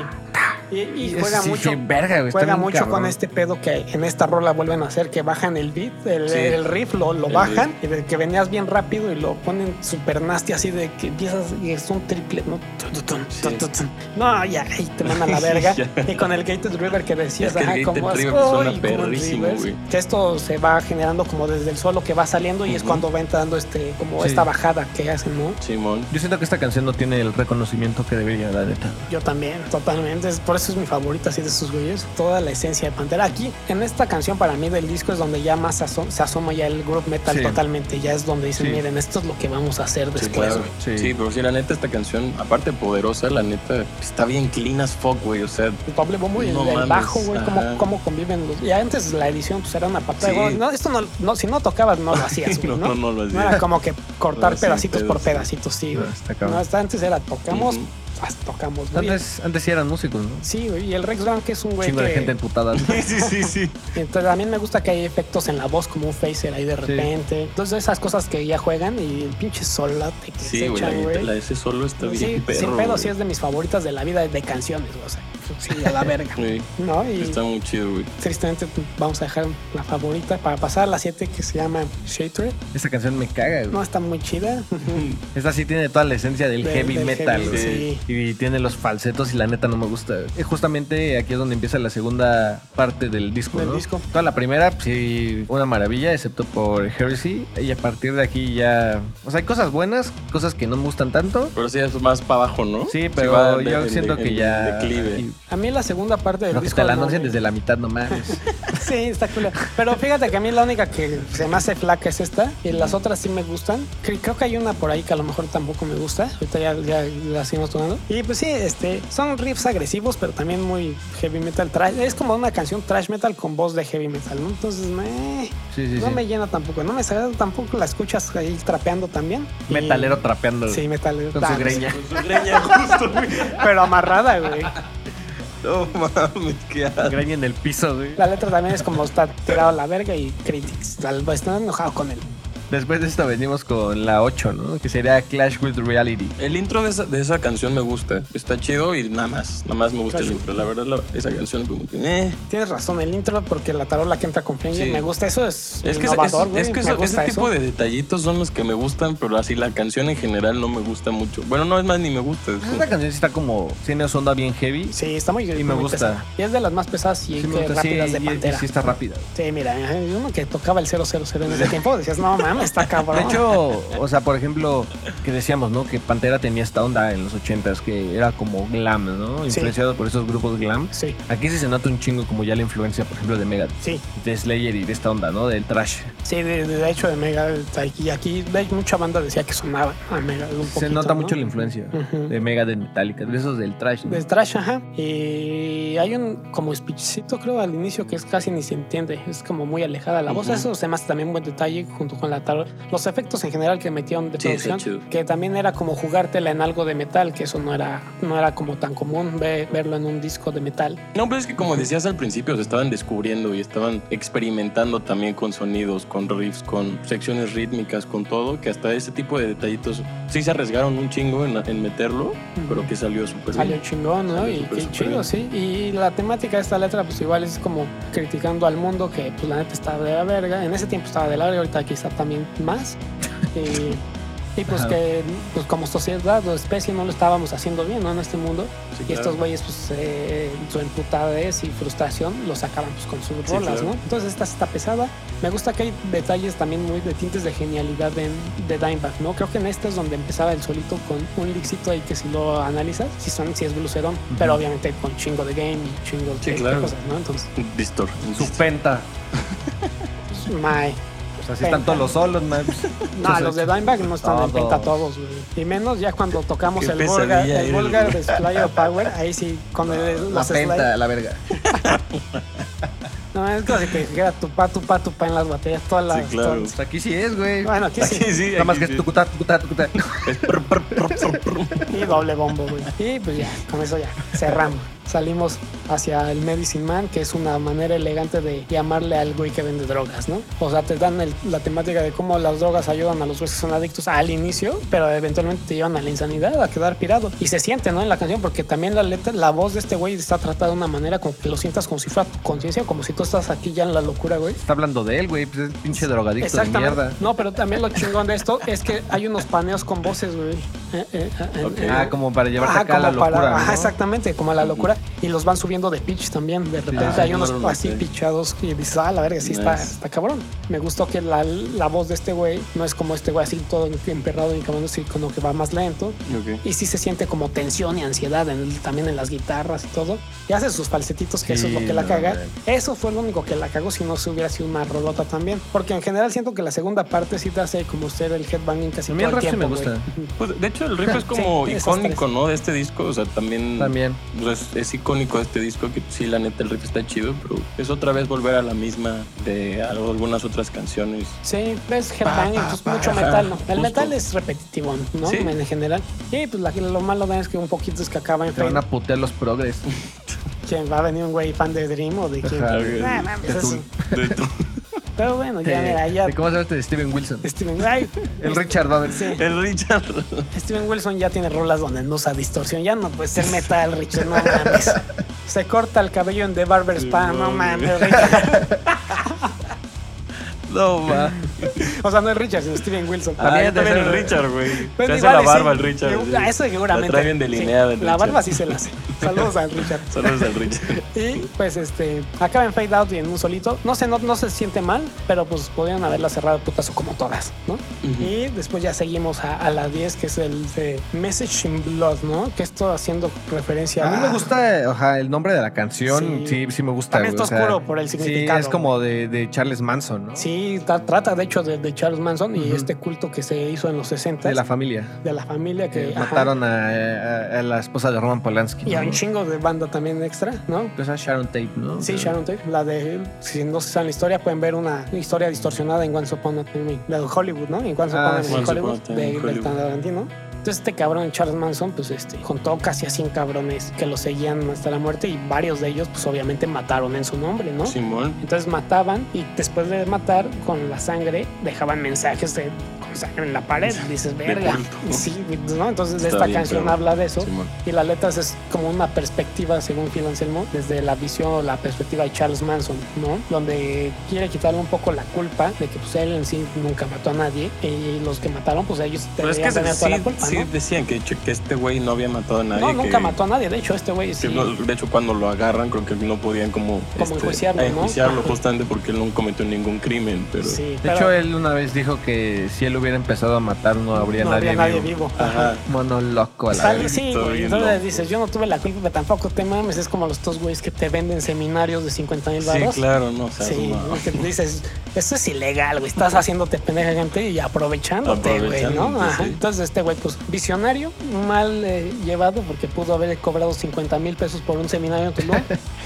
Y, y
Y eso
juega
sí,
mucho.
sí, verga, güey, está
juega
bien
mucho
cabrón.
con este pedo que en esta rola vuelven a hacer, que bajan el beat, el,
Sí.
el riff, lo, lo
El
bajan, y de que venías bien rápido y lo ponen super nasty, así de que empiezas y es un triple, ¿no? Tun, tun, tun,
Sí.
tun, tun, tun. No, ya, ahí te mandan a la verga.
Ya.
y con el Gated River que decías,
Es que el
ajá,
Gated
como
River
"Ay, como
suena
en
perrísimo,
reverse".
güey.
Que esto se va generando como desde el suelo que va saliendo y es
Ujú.
cuando va entrando este, como
Sí.
esta bajada que hacen, ¿no?
Simón.
yo siento que esta canción no tiene el reconocimiento que debería la neta
Yo también, totalmente. Es- Por eso es mi favorita, así de sus güeyes. Toda la esencia de Pantera. Aquí, en esta canción, para mí del disco es donde ya más aso- se asoma ya el group metal
Sí.
totalmente. Ya es donde dicen,
Sí.
miren, esto es lo que vamos a hacer
Sí,
después.
claro.
güey".
Sí.
Sí. pero sí, la neta, esta canción, aparte de poderosa, la neta, está bien clean as fuck, güey. O sea,
El doble bombo y el-
No
el,
mames,
bajo, güey, cómo,
ajá.
cómo conviven los. Y antes la edición, pues era una pata de
Sí.
gol. No, esto no, no, si no tocabas, no lo hacías, güey,
no,
¿no?
no, no lo
No era
hacía.
como que cortar
Ahora sí,
pedacitos por
pedos, sí.
pedacitos, sí,
No,
güey.
está
No,
cabrón.
hasta antes era tocamos,
Ah, Ujú.
hasta tocamos, güey.
antes antes sí eran músicos ¿no?
Sí, güey. Y el Rex Brown, que es un güey.
chingo de
que-
gente emputada
Sí, sí, sí, sí.
Entonces, también me gusta que hay efectos en la voz como un phaser ahí de repente. Entonces esas cosas que ya juegan y el pinche solote que
Sí,
se
güey, la
echa,
neta,
güey.
la de ese solo está
Sí,
bien perro.
sin pedo,
güey.
sí es de mis favoritas de la vida de canciones, güey, o sea, sí, a la verga.
Sí,
¿No? Y
Está muy chido, güey.
tristemente pues, vamos a dejar la favorita para pasar a la 7 que se llama Shater.
esta canción me caga güey.
No está muy chida.
Esta sí tiene toda la esencia del
Del-
heavy
del
metal.
heavy,
güey.
sí.
Y tiene los falsetos y la neta no me gusta. Eh, Justamente aquí es donde empieza la segunda parte del disco.
Del
¿no?
disco.
Toda la primera, pues, sí, una maravilla, excepto por Heresy. Y a partir de aquí ya. O sea, hay cosas buenas, cosas que no me gustan tanto.
Pero sí es más para abajo, ¿no?
Sí,
va
pero
en-
yo
en-
siento
en-
que
en
ya.
declive.
y-
A mí la segunda parte del
no, que
disco
te la
no
anuncian
me-
desde la mitad, no mames.
Sí, está cool. Pero fíjate que a mí la única que se me hace flaca es esta y las otras sí me gustan. Cre- Creo que hay una por ahí que a lo mejor tampoco me gusta. Ahorita ya, ya la seguimos tomando. Y pues sí, este, son riffs agresivos, pero también muy heavy metal. Trash. Es como una canción trash metal con voz de heavy metal, ¿no? Entonces, meh,
Sí, sí,
no
sí.
me llena tampoco. No me sabe tampoco. La escuchas ahí trapeando también. Y-
Metalero trapeando.
Sí,
güey,
metalero.
Con su
Ah,
greña.
Con su greña justo, güey.
Pero amarrada, güey.
No mames, qué asco.
Greña en el piso, güey.
La letra también es como está tirado a la verga y critics. Tal vez están enojados con él.
Después de esta venimos con la 8, ¿no? Que sería Clash with Reality.
El intro de esa, de esa canción me gusta. Está chido y nada más. Nada más me gusta el intro. La verdad, la- esa canción como que, eh.
Tienes razón, el intro, porque la tarola que entra con Fringe,
Sí.
me gusta. Eso es,
Es que, es-
innovador,
es-
güey,
es que
me
eso- ese
gusta
tipo
eso.
de detallitos son los que me gustan, pero así la canción en general no me gusta mucho. Bueno, no es más ni me gusta. es-
Esta canción sí está como. Tiene su onda bien heavy.
Sí, está muy
Y me
muy
gusta.
pesada. Y es de las más pesadas y
Sí, me
que
gusta, sí,
rápidas de
y- y
Pantera.
sí está rápida.
Sí, mira, eh, uno que tocaba el 000 en ese tiempo decías, no mames, está cabrón.
De hecho, o sea, por ejemplo, que decíamos, ¿no? Que Pantera tenía esta onda en los 80s que era como glam, ¿no?
Sí.
Influenciado por esos grupos glam.
sí,
Aquí sí se nota un chingo como ya la influencia, por ejemplo, de Megadeth,
sí,
de Slayer y de esta onda, ¿no? Del trash.
sí, de, de- de hecho de Mega, aquí, aquí de- mucha banda decía que sonaba a Mega un poquito,
se nota
¿no?
mucho la influencia
Ujú.
de Megadeth, Metallica, de esos del trash. ¿no?
Pues, De Trash, ajá. Y hay un como speechcito, creo, al inicio que es casi ni se entiende. Es como muy alejada la voz.
Ujú.
Eso se me hace también un buen detalle junto con la tarola. Los efectos en general que metieron de
Sí, está
producción,
chido.
que también era como jugártela en algo de metal, que eso no era, no era como tan común ve- verlo en un disco de metal.
No, pero es que como decías al principio, se estaban descubriendo y estaban experimentando también con sonidos, con riffs, con secciones rítmicas, con todo, que hasta ese tipo de detallitos sí se arriesgaron un chingo en, en meterlo, pero que salió súper
Salió
bien.
chingón, ¿no?
Salió
Y
súper,
qué
súper
chido,
bien.
sí. Y la temática de esta letra, pues igual es como criticando al mundo que, pues la neta estaba de la verga. En ese tiempo estaba de la verga, ahorita quizá también más. Y, y, pues
Ajá.
que, pues como sociedad o especie no lo estábamos haciendo bien, ¿no? En este mundo.
Sí,
y
claro.
estos güeyes, pues eh, su emputadez y frustración lo sacaban pues, con sus
Sí,
rolas,
claro.
¿no? Entonces esta sí está pesada. Me gusta que hay detalles también muy de tintes de genialidad de, de Dimebag, ¿no? Creo que en este es donde empezaba el solito con un lixito ahí que si lo analizas, si, son, si es blucerón, pero obviamente con chingo de game y chingo
Sí,
de
claro.
cosas, ¿no? Entonces,
Distor.
Su penta.
pues, my.
O sea, así están todos los solos, man.
No, los de Dimebag no están en
Todos.
penta todos, güey. Y menos ya cuando tocamos
Qué
el Volga,
pesadilla
el
eres,
Volga
güey.
de Flyer Power, ahí sí, con el,
La
los slides.
penta, la verga.
No, es como si te dijera tupá, tupá, tupá en las baterías, todas las.
Sí, claro.
todas-
Pues aquí sí es, güey.
bueno, aquí sí.
Sí, sí,
Nada más
aquí
que es
sí.
tucutá, tucutá, tucutá.
Es prr, prr, prr, prr, prr.
Y doble bombo, güey. Y pues ya, con eso ya, cerramos. Salimos hacia el Medicine Man, que es una manera elegante de llamarle al güey que vende drogas, ¿no? O sea, te dan el- la temática de cómo las drogas ayudan a los güeyes que son adictos al inicio, pero eventualmente te llevan a la insanidad, a quedar pirado. Y se siente, ¿no? En la canción, porque también la letra, la voz de este güey está tratada de una manera como que lo sientas como si fuera tu conciencia, como si tú estás aquí ya en la locura, güey.
Está hablando de él, güey. Pues es pinche drogadicto de
Exactamente.
mierda.
No, pero también lo chingón de esto es que hay unos paneos con voces, güey. Eh, eh, eh,
Ok.
eh.
Ah, como para llevarte
Ajá,
acá a la
como
locura.
para- ajá,
¿no?
exactamente, como a la locura. Y los van subiendo de pitch también. De repente
Ah,
hay unos
claro,
así
ok.
pichados y dices, ah, la verga, sí está,
Nice.
está cabrón. Me gustó que la, la voz de este güey no es como este güey así todo emperrado y caminando, así como que va más lento.
Ok.
Y sí se siente como tensión y ansiedad en el- también en las guitarras y todo. Y hace sus falsetitos, que eso es lo
Sí,
que la
no,
caga.
man.
Eso fue lo único que la cagó si no se hubiera sido una rolota también. Porque en general siento que la segunda parte sí te hace como ser el headbanging casi
A mí el
todo el
rap sí
tiempo.
me
güey.
gusta.
Ujú.
Pues, de hecho, el riff es como
Sí, esos
icónico, ¿no? De este disco. O sea, también.
También.
pues, es, es icónico de este disco. Que sí, la neta, el riff está chido. Pero es otra vez volver a la misma de algunas otras canciones.
Sí, es headbanging,
Pa, pa,
pues
pa,
mucho
ajá,
metal, ¿no? El
justo.
metal es repetitivo, ¿no?
Sí.
En general. Y pues la- lo malo de es que un poquito es que acaba en
Te van
Facebook.
a putear los progres.
¿Quién va a venir un güey fan de Dream o de quién?
Ajá.
Nah, mames,
De
eso-
De todo.
Pero bueno, ya mira,
Eh,
ya.
¿Cómo se llama este de Steven Wilson?
Steven, ay,
El Richard Dover.
Sí.
El Richard.
Steven Wilson ya tiene rolas donde no usa distorsión. Ya no puede ser metal, Richard, no mames. Se corta el cabello en The Barber Spa, no
Simón,
mames, Richard.
No, va.
O sea, no es Richard, sino Steven Wilson.
Ah, También
También, también
te
el
hace-
Richard, güey.
Pues
se hace
igual
la
y
barba el
sí.
Richard.
Me- ah, Eso seguramente.
La trae bien
sí.
delineada. el
La
Richard.
barba sí se la hace. Saludos al Richard.
Saludos al Richard.
Y pues este, acaba en fade out y en un solito. No sé, no, no se siente mal, pero pues podían haberla cerrado de putazo como todas, ¿no? Y después ya seguimos a, a la 10, que es el de Message in Blood, ¿no? Que esto haciendo referencia
Ah,
A mí me gusta eh, ajá, el nombre de la canción.
Ah. Sí.
Sí, sí, me gusta.
También
güey,
está
o sea,
oscuro por el significado.
Sí, es como de, de Charles Manson, ¿no?
Sí, tra- trata de hecho de, de Charles Manson y
Ujú.
este culto que se hizo en los 60
De la familia.
familia que
Que
ajá.
mataron a, a- a la esposa de Roman Polanski.
y a
¿no?
un chingo de banda también extra, ¿no?
Pues a Sharon Tate, ¿no?
Sí,
O sea,
Sharon Tate, la de si no se saben la historia pueden ver una historia distorsionada en Once Upon a Time in- de Hollywood, ¿no? En Once Upon
Ah,
a Time
sí.
in
Once
Hollywood
Upon a Time
de,
in
del
Hollywood.
Tarantino. Entonces este cabrón Charles Manson pues este, juntó casi a 100 cabrones que lo seguían hasta la muerte y varios de ellos pues obviamente mataron en su nombre, ¿no?
Simón.
Entonces mataban y después de matar con la sangre dejaban mensajes de, con sangre en la pared. Dices,
De
verga.
culto, ¿no?
Sí, ¿no? Entonces
Está
esta
bien,
canción
pero-
habla de eso.
Simón.
Y la letra es como una perspectiva, según Phil Anselmo, desde la visión o la perspectiva de Charles Manson, ¿no? Donde quiere quitarle un poco la culpa de que pues él en sí nunca mató a nadie y los que mataron, pues ellos
Pero es que
tenían tener
sí,
toda la culpa,
sí
¿no?
decían que, que este güey no había matado a nadie.
No,
que-
nunca mató a nadie. De hecho, este güey
que
sí.
no- de hecho, cuando lo agarran, creo que no podían como, este,
Como enjuiciarlo, ¿no?
enjuiciarlo
Ajá.
justamente porque él no cometió ningún crimen. Pero
sí,
De
pero
hecho, él una vez dijo que si él hubiera empezado a matar, no habría
no
nadie,
había nadie
vivo.
vivo.
Ajá.
Mono loco a la
Está bien,
verga.
sí,
Todo
güey.
bien
Entonces
loco.
dices, yo no tuve la culpa, pero tampoco te mames. Es como los dos güeyes que te venden seminarios de 50 mil
Sí,
baros.
claro, no, o sea,
Sí,
no.
que dices, esto es ilegal, güey. Estás haciéndote pendeja gente y aprovechándote, güey, ¿no?
Aprovechándote,
Ajá.
sí.
Entonces, este güey, pues, visionario, mal eh, llevado, porque pudo haber cobrado 50 mil pesos por un seminario en Tulum,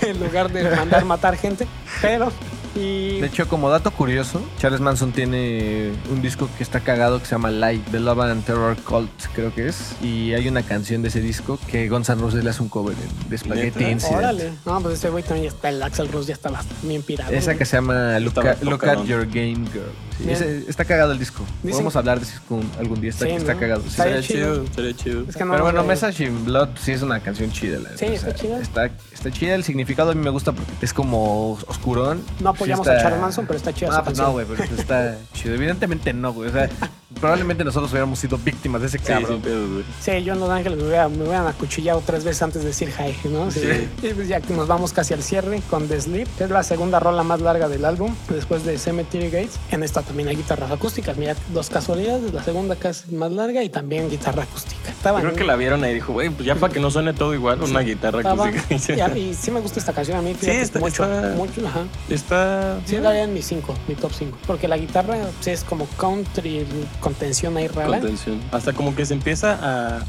en lugar de mandar matar gente. Pero, y.
De hecho, como dato curioso, Charles Manson tiene un disco que está cagado que se llama Light, The Love and Terror Cult, creo que es. Y hay una canción de ese disco que Guns N' Roses le hace un cover en- de Spaghetti
¿Neta?
Incident.
Órale. No, pues este güey también ya está, el Axel Rose ya estaba bien pirado.
Esa
güey.
que se llama Look,
Estaba
at- Look
tocando.
at Your Game Girl. Sí,
Bien.
ese- está cagado el disco.
Dicen-
Podemos hablar de ese disco un- algún día. Está,
Sí,
está
¿no?
cagado. sí.
Está
Sería
bien chido.
chido, sería chido.
Es que no
Pero bueno,
me-
Message in Blood sí es una canción chida. la
Sí,
neta,
está chida.
Está, está chida. El significado a mí me gusta porque es como oscurón.
No apoyamos
Sí está-
a Charles Manson, pero está chida
Ah,
su
pues
canción.
no, güey, pero está chido. Evidentemente no, güey. O sea, probablemente nosotros hubiéramos sido víctimas de ese
Sí, sin
cabrón.
pedos, güey.
Sí, yo en Los Ángeles me hubieran, me hubieran acuchillado tres veces antes de decir hi, ¿no? Sí.
Sí.
Y pues ya que nos vamos casi al cierre con The Sleep, que es la segunda rola más larga del álbum, después de Cemetery Gates. En esta también hay guitarras acústicas. Mira, dos casualidades, la segunda casi más larga y también guitarra acústica. Estaban,
Creo que la vieron ahí y dijo, güey, pues ya para que no suene todo igual, una guitarra
estaban- y, a
acústica.
mí sí me gusta esta canción a mí. fíjate,
está-
mucho,
está-
mucho, ajá.
Está.
Sí, daría en mi 5, mi top 5. Porque la guitarra sí, es como country, contención ahí rara.
Contención. Hasta como que se empieza a.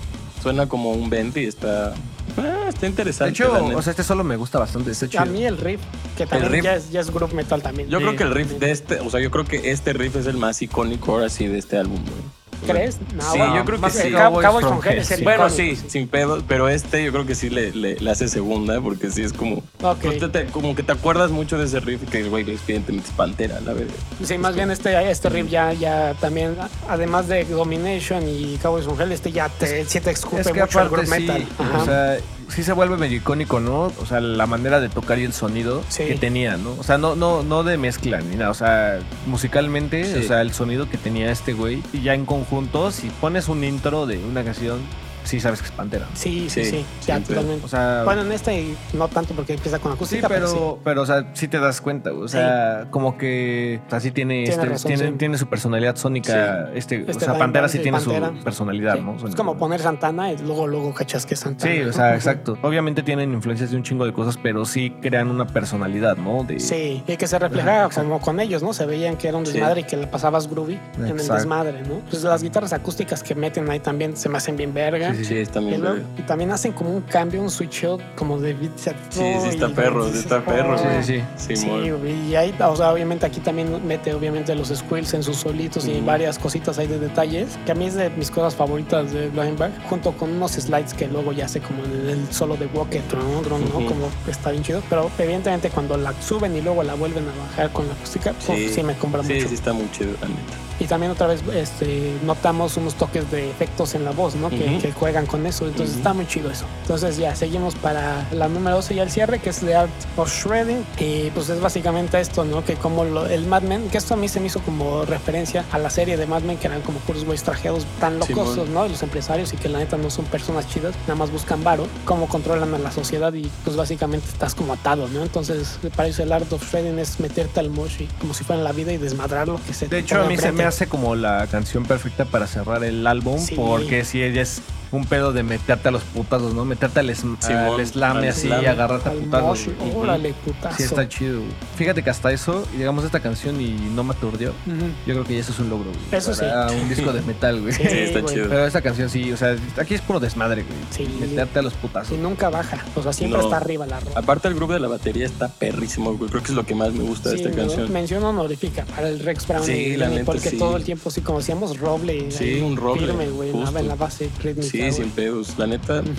Suena como un bend y está. ah, está
De
interesante.
hecho,
la neta.
o sea, este solo me gusta bastante. Está chido.
A mí el riff, que también
riff.
Ya, es, ya es group metal también.
yo
Sí.
creo que el riff de este, o sea, yo creo que este riff es el más icónico ahora sí de este álbum, güey.
¿Crees? No,
Sí,
bueno,
yo creo que
más
sí.
Cow-
Cowboys
Cowboys
from
from Hell es el
Hell,
Bueno,
icónico.
sí, sin pedos, pero este yo creo que sí le, le- le hace segunda, porque sí es como.
Ok.
pues, te- te- como que te acuerdas mucho de ese riff que, güey, evidentemente es pantera, la verdad.
Sí, más bien este, este riff ya, ya también, además de Domination y Cowboys from Hell, este ya te, sí te escupe
Es que
mucho el
aparte
group
sí,
metal. Ajá.
o sea, sí se vuelve medio icónico, ¿no? O sea, la manera de tocar y el sonido
Sí.
que tenía, ¿no? O sea, no, no, no de mezcla ni nada. O sea, musicalmente,
Sí.
o sea, el sonido que tenía este güey. Y ya en conjunto, si pones un intro de una canción, sí sabes que es Pantera.
sí, sí, sí,
sí,
ya
siempre.
totalmente.
O sea,
bueno, en este y no tanto porque empieza con
sí,
acústica, pero,
pero, pero, o sea, sí te das cuenta. O sea, como que o sea, sí tiene,
Tiene
este-
razón,
tiene,
sí.
tiene su personalidad sónica. Este,
Este
o sea,
Dan
Pantera
Dan
sí
de
tiene
Pantera.
su personalidad,
sí.
¿no?
es
Sónica.
como poner Santana y luego, luego cachas que es Santana.
Sí, o
¿no?
sea,
Ujú.
exacto. Obviamente tienen influencias de un chingo de cosas, pero sí crean una personalidad, ¿no? De,
Sí, y que se reflejaba
Ajá, exacto.
como con ellos, ¿no? Se veían que era un
Sí.
desmadre y que la pasabas groovy en el
Exacto.
desmadre, ¿no? Pues las guitarras acústicas que meten ahí también se me hacen bien verga.
Sí, está
Y,
bien.
luego-
verga.
y también hacen como un cambio, un switch out como de beat set.
Sí, sí, está perro, sí,
"Oh,
está perro.
Sí, sí, sí.
Sí,
Sí,
muy-
güey, y ahí, o sea, obviamente aquí también mete obviamente los squills en sus solitos y
Ujú.
varias cositas ahí de detalles, que a mí es de mis cosas favoritas de Blind junto con unos slides que luego ya hace como en el solo de Walker, ¿no? Drum, ¿no?
Ujú.
Como está bien chido, pero evidentemente cuando la suben y luego la vuelven a bajar con la acústica, uf, sí,
Sí.
me compra
Sí,
mucho.
sí, está muy chido, la neta.
Y también otra vez este, notamos unos toques de efectos en la voz, ¿no? Que-
Ujú.
que, juegan con eso. Entonces
Ujú.
está muy chido eso. Entonces ya, seguimos para la número 12 y el cierre, que es The Art of Shredding. Y pues es básicamente esto, ¿no? Que como lo- el Mad Men, que esto a mí se me hizo como referencia a la serie de Mad Men, que eran como puros güeyes trajeados tan locosos,
Simón.
¿no? Y los empresarios y que la neta no son personas chidas, nada más buscan varo, cómo controlan a la sociedad y pues básicamente estás como atado, ¿no? Entonces para eso el Art of Shredding es meterte al moshi como si fuera en la vida y desmadrar lo que se te
De hecho,
ponga
a mí se
enfrente.
me hace como la canción perfecta para cerrar el álbum,
Sí.
porque sí, ella es un pedo de meterte a los putazos, ¿no? Meterte al, sm-
Simón,
al slame
al
así
slame.
y agarrarte a
Al
putazos.
mosh,
güey.
Órale,
Sí,
putazo.
está chido. güey. Fíjate que hasta eso, y digamos esta canción y no me aturdió.
Ujú.
Yo creo que ya eso es un logro, güey.
Eso sí.
Para Un disco de metal, güey.
Sí,
Sí, está
güey.
chido.
Pero esa canción sí, o sea, aquí es puro desmadre, güey.
Sí.
Meterte a los
Y
putazos.
nunca baja. O sea, siempre
No.
está arriba la ropa.
Aparte el grupo de la batería está perrísimo, güey. Creo que es lo que más me gusta de
Sí,
esta
¿no?
canción.
Mención honorífica para el Rex Brown.
Sí,
y
la
Lenny,
neta,
porque
sí.
todo el tiempo sí conocíamos roble.
Sí,
ahí,
un roble,
Firme, güey, en la-
justo.
en la base rítmica.
Sí,
güey.
sin pedos. La neta,
Ujú.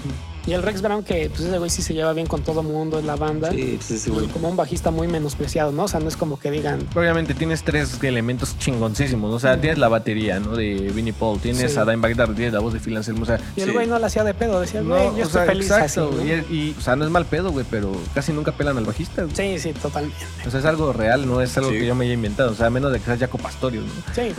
Y el Rex Brown, que pues ese güey sí se lleva bien con todo mundo en la banda.
sí, sí, sí, güey.
Y como un bajista muy menospreciado, ¿no? O sea, no es como que digan.
Obviamente tienes tres elementos chingoncísimos, ¿no? o sea,
Ujú.
tienes la batería, ¿no? De Vinnie Paul, tienes
Sí.
a Dimebag Darrell, tienes la voz de Phil Anselmo, o sea,
Y el
Sí.
güey no la hacía de pedo. Decía,
no,
güey, yo
o
estoy
sea,
feliz
exacto,
así. ¿no?
güey, y, y, o sea, no es mal pedo, güey, pero casi nunca pelan al bajista, güey.
Sí, sí, totalmente.
O sea, es algo real, no es algo
Sí.
que yo me haya inventado, o sea, a menos de que seas Jaco Pastorius, ¿no?
Sí,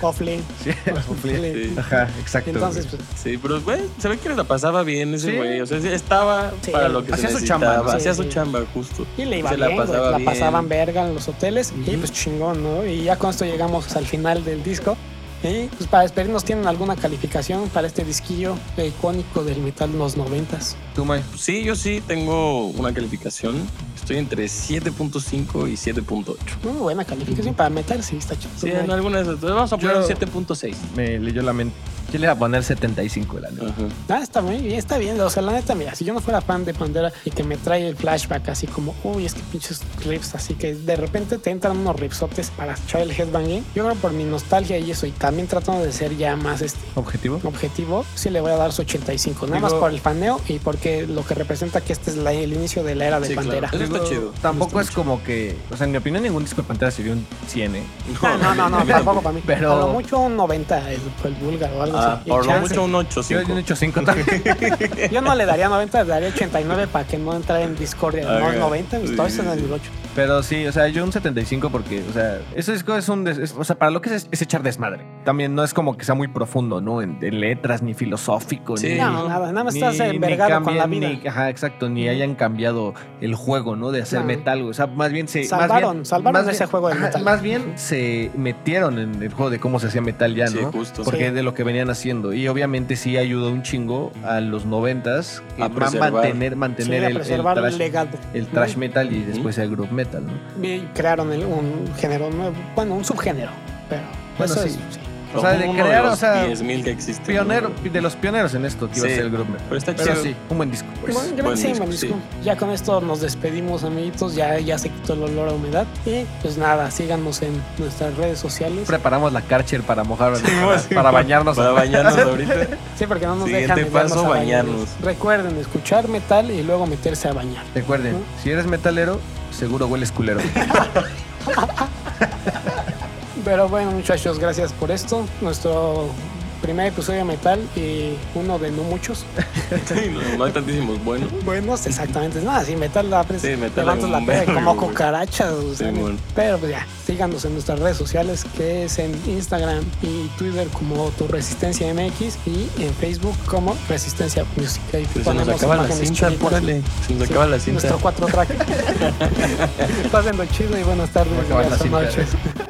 Coughlin.
Sí,
Coughlin.
Sí.
ajá, exacto.
Entonces,
güey.
pues,
Sí, pero güey, se ve que la pasaba bien ese
Sí.
güey. O sea, estaba
Sí.
para lo que
Hacía
se
su
necesitaba.
chamba, ¿no?
Hacía
Sí,
su
sí.
chamba, justo.
pues, Y le iba
Se
bien,
la
güey,
pasaba
la
bien.
pasaban verga en los hoteles y
Ujú.
pues chingón, ¿no? Y ya con esto llegamos al final del disco. Y pues para despedirnos, ¿tienen alguna calificación para este disquillo icónico del metal en los noventas?
tú, May.
Sí, yo sí tengo una calificación. Estoy entre 7.5 y 7.8.
Muy buena calificación para metal, sí, está chido.
Sí,
Muy-
en alguna de esas. Pues Vamos a poner
Yo-
un 7.6.
Me leyó la mente. Yo le iba a poner 75, la neta.
Ajá.
Ah, está muy bien, está bien. O sea, la neta, mira, si yo no fuera fan de Pandera y que me trae el flashback así como, uy, es que pinches riffs, así que de repente te entran unos riffsotes para echar el headbanging. Yo creo por mi nostalgia y eso, y también tratando de ser ya más
Ah.
este,
¿Objetivo?
objetivo, sí le voy a dar su 85, nada más
Digo-
por el faneo y porque lo que representa que este es la- el inicio de la era de
Sí, claro.
Pantera.
Eso está
Digo,
chido.
Tampoco
Me
es
gusta
como que, o sea, en mi opinión, ningún disco de Pantera sería un 100, ¿eh?
Ah, No, no, no, tampoco para mí.
Pero-
A lo mucho un 90 el, el búlgaro o algo
Ah,
así. Y
por lo
chance.
mucho un 8,
Yo le he hecho 5 también.
Yo no le daría 90, le daría 89 para que no entrara en discordia. No
Ah,
es 90,
sí,
estoy en
sí,
el
sí.
8.
Pero sí, o sea, yo un 75 porque, o sea, ese disco es un... des- es- o sea, para lo que es, es echar desmadre. También no es como que sea muy profundo, ¿no? En, en letras, ni filosófico,
Sí.
ni...
No, nada, nada más
ni-
estás
ni
envergado con la vida.
cambien, ni- ajá, exacto, ni
Ujú.
hayan cambiado el juego, ¿no? De hacer
No.
metal, güey. O sea, más bien se... más
Salvaron,
bien,
salvaron
más
ese juego del
ajá,
metal.
Más bien se metieron en el juego de cómo se hacía metal ya, ¿no?
Sí, justo.
Porque
Sí.
de lo que venían haciendo. Y obviamente sí ayudó un chingo a los noventas
A
a
preservar.
mantener,
Sí,
mantener
a
el, el
preservar el,
thrash-
legado.
el thrash metal y después el group metal, ¿no?
Y crearon el- un género nuevo, bueno, un subgénero, pero
Bueno,
eso
sí.
es-
O sea, de
Uno
crear,
los
o sea,
10.000 que existen.
Pionero, de los pioneros en esto que iba a
Sí,
ser el grupo.
pero está
Pero
chido.
sí, un buen disco. pues.
Bueno,
buen
gracias,
disco,
Marisco. Ya con esto nos despedimos, amiguitos. Ya, ya se quitó el olor a humedad. Y pues nada, síganos en nuestras redes sociales.
Preparamos la Karcher para mojar, para,
sí,
para bañarnos.
Para bañarnos ahorita.
Sí, porque no nos
Siguiente
dejan meternos
paso,
a bañarnos.
bañarnos.
Recuerden escuchar metal y luego meterse a bañar.
Recuerden, si eres metalero, seguro hueles culero.
Pero bueno, muchachos, gracias por esto. Nuestro primer episodio de metal y uno de no muchos.
Sí, no, no hay tantísimos buenos.
Buenos, exactamente. Nada, si metal la prensa.
Sí, metal
pues, levantas
es
la
un
peda y
vergo,
como
güey.
cucarachas. o sea,
Sí, bueno.
Pero pues ya, síganos en nuestras redes sociales, que es en Instagram y Twitter como Tu Resistencia MX y en Facebook como Resistencia Music. Ahí
Pero Pues se nos acaba la
imágenes
cinta,
chulitas.
apúrale. Se nos
Sí,
acaba la cinta.
Nuestro cuatro track. Pásenlo chido y buenas tardes.
Acaba la
buenas
cinta.
noches.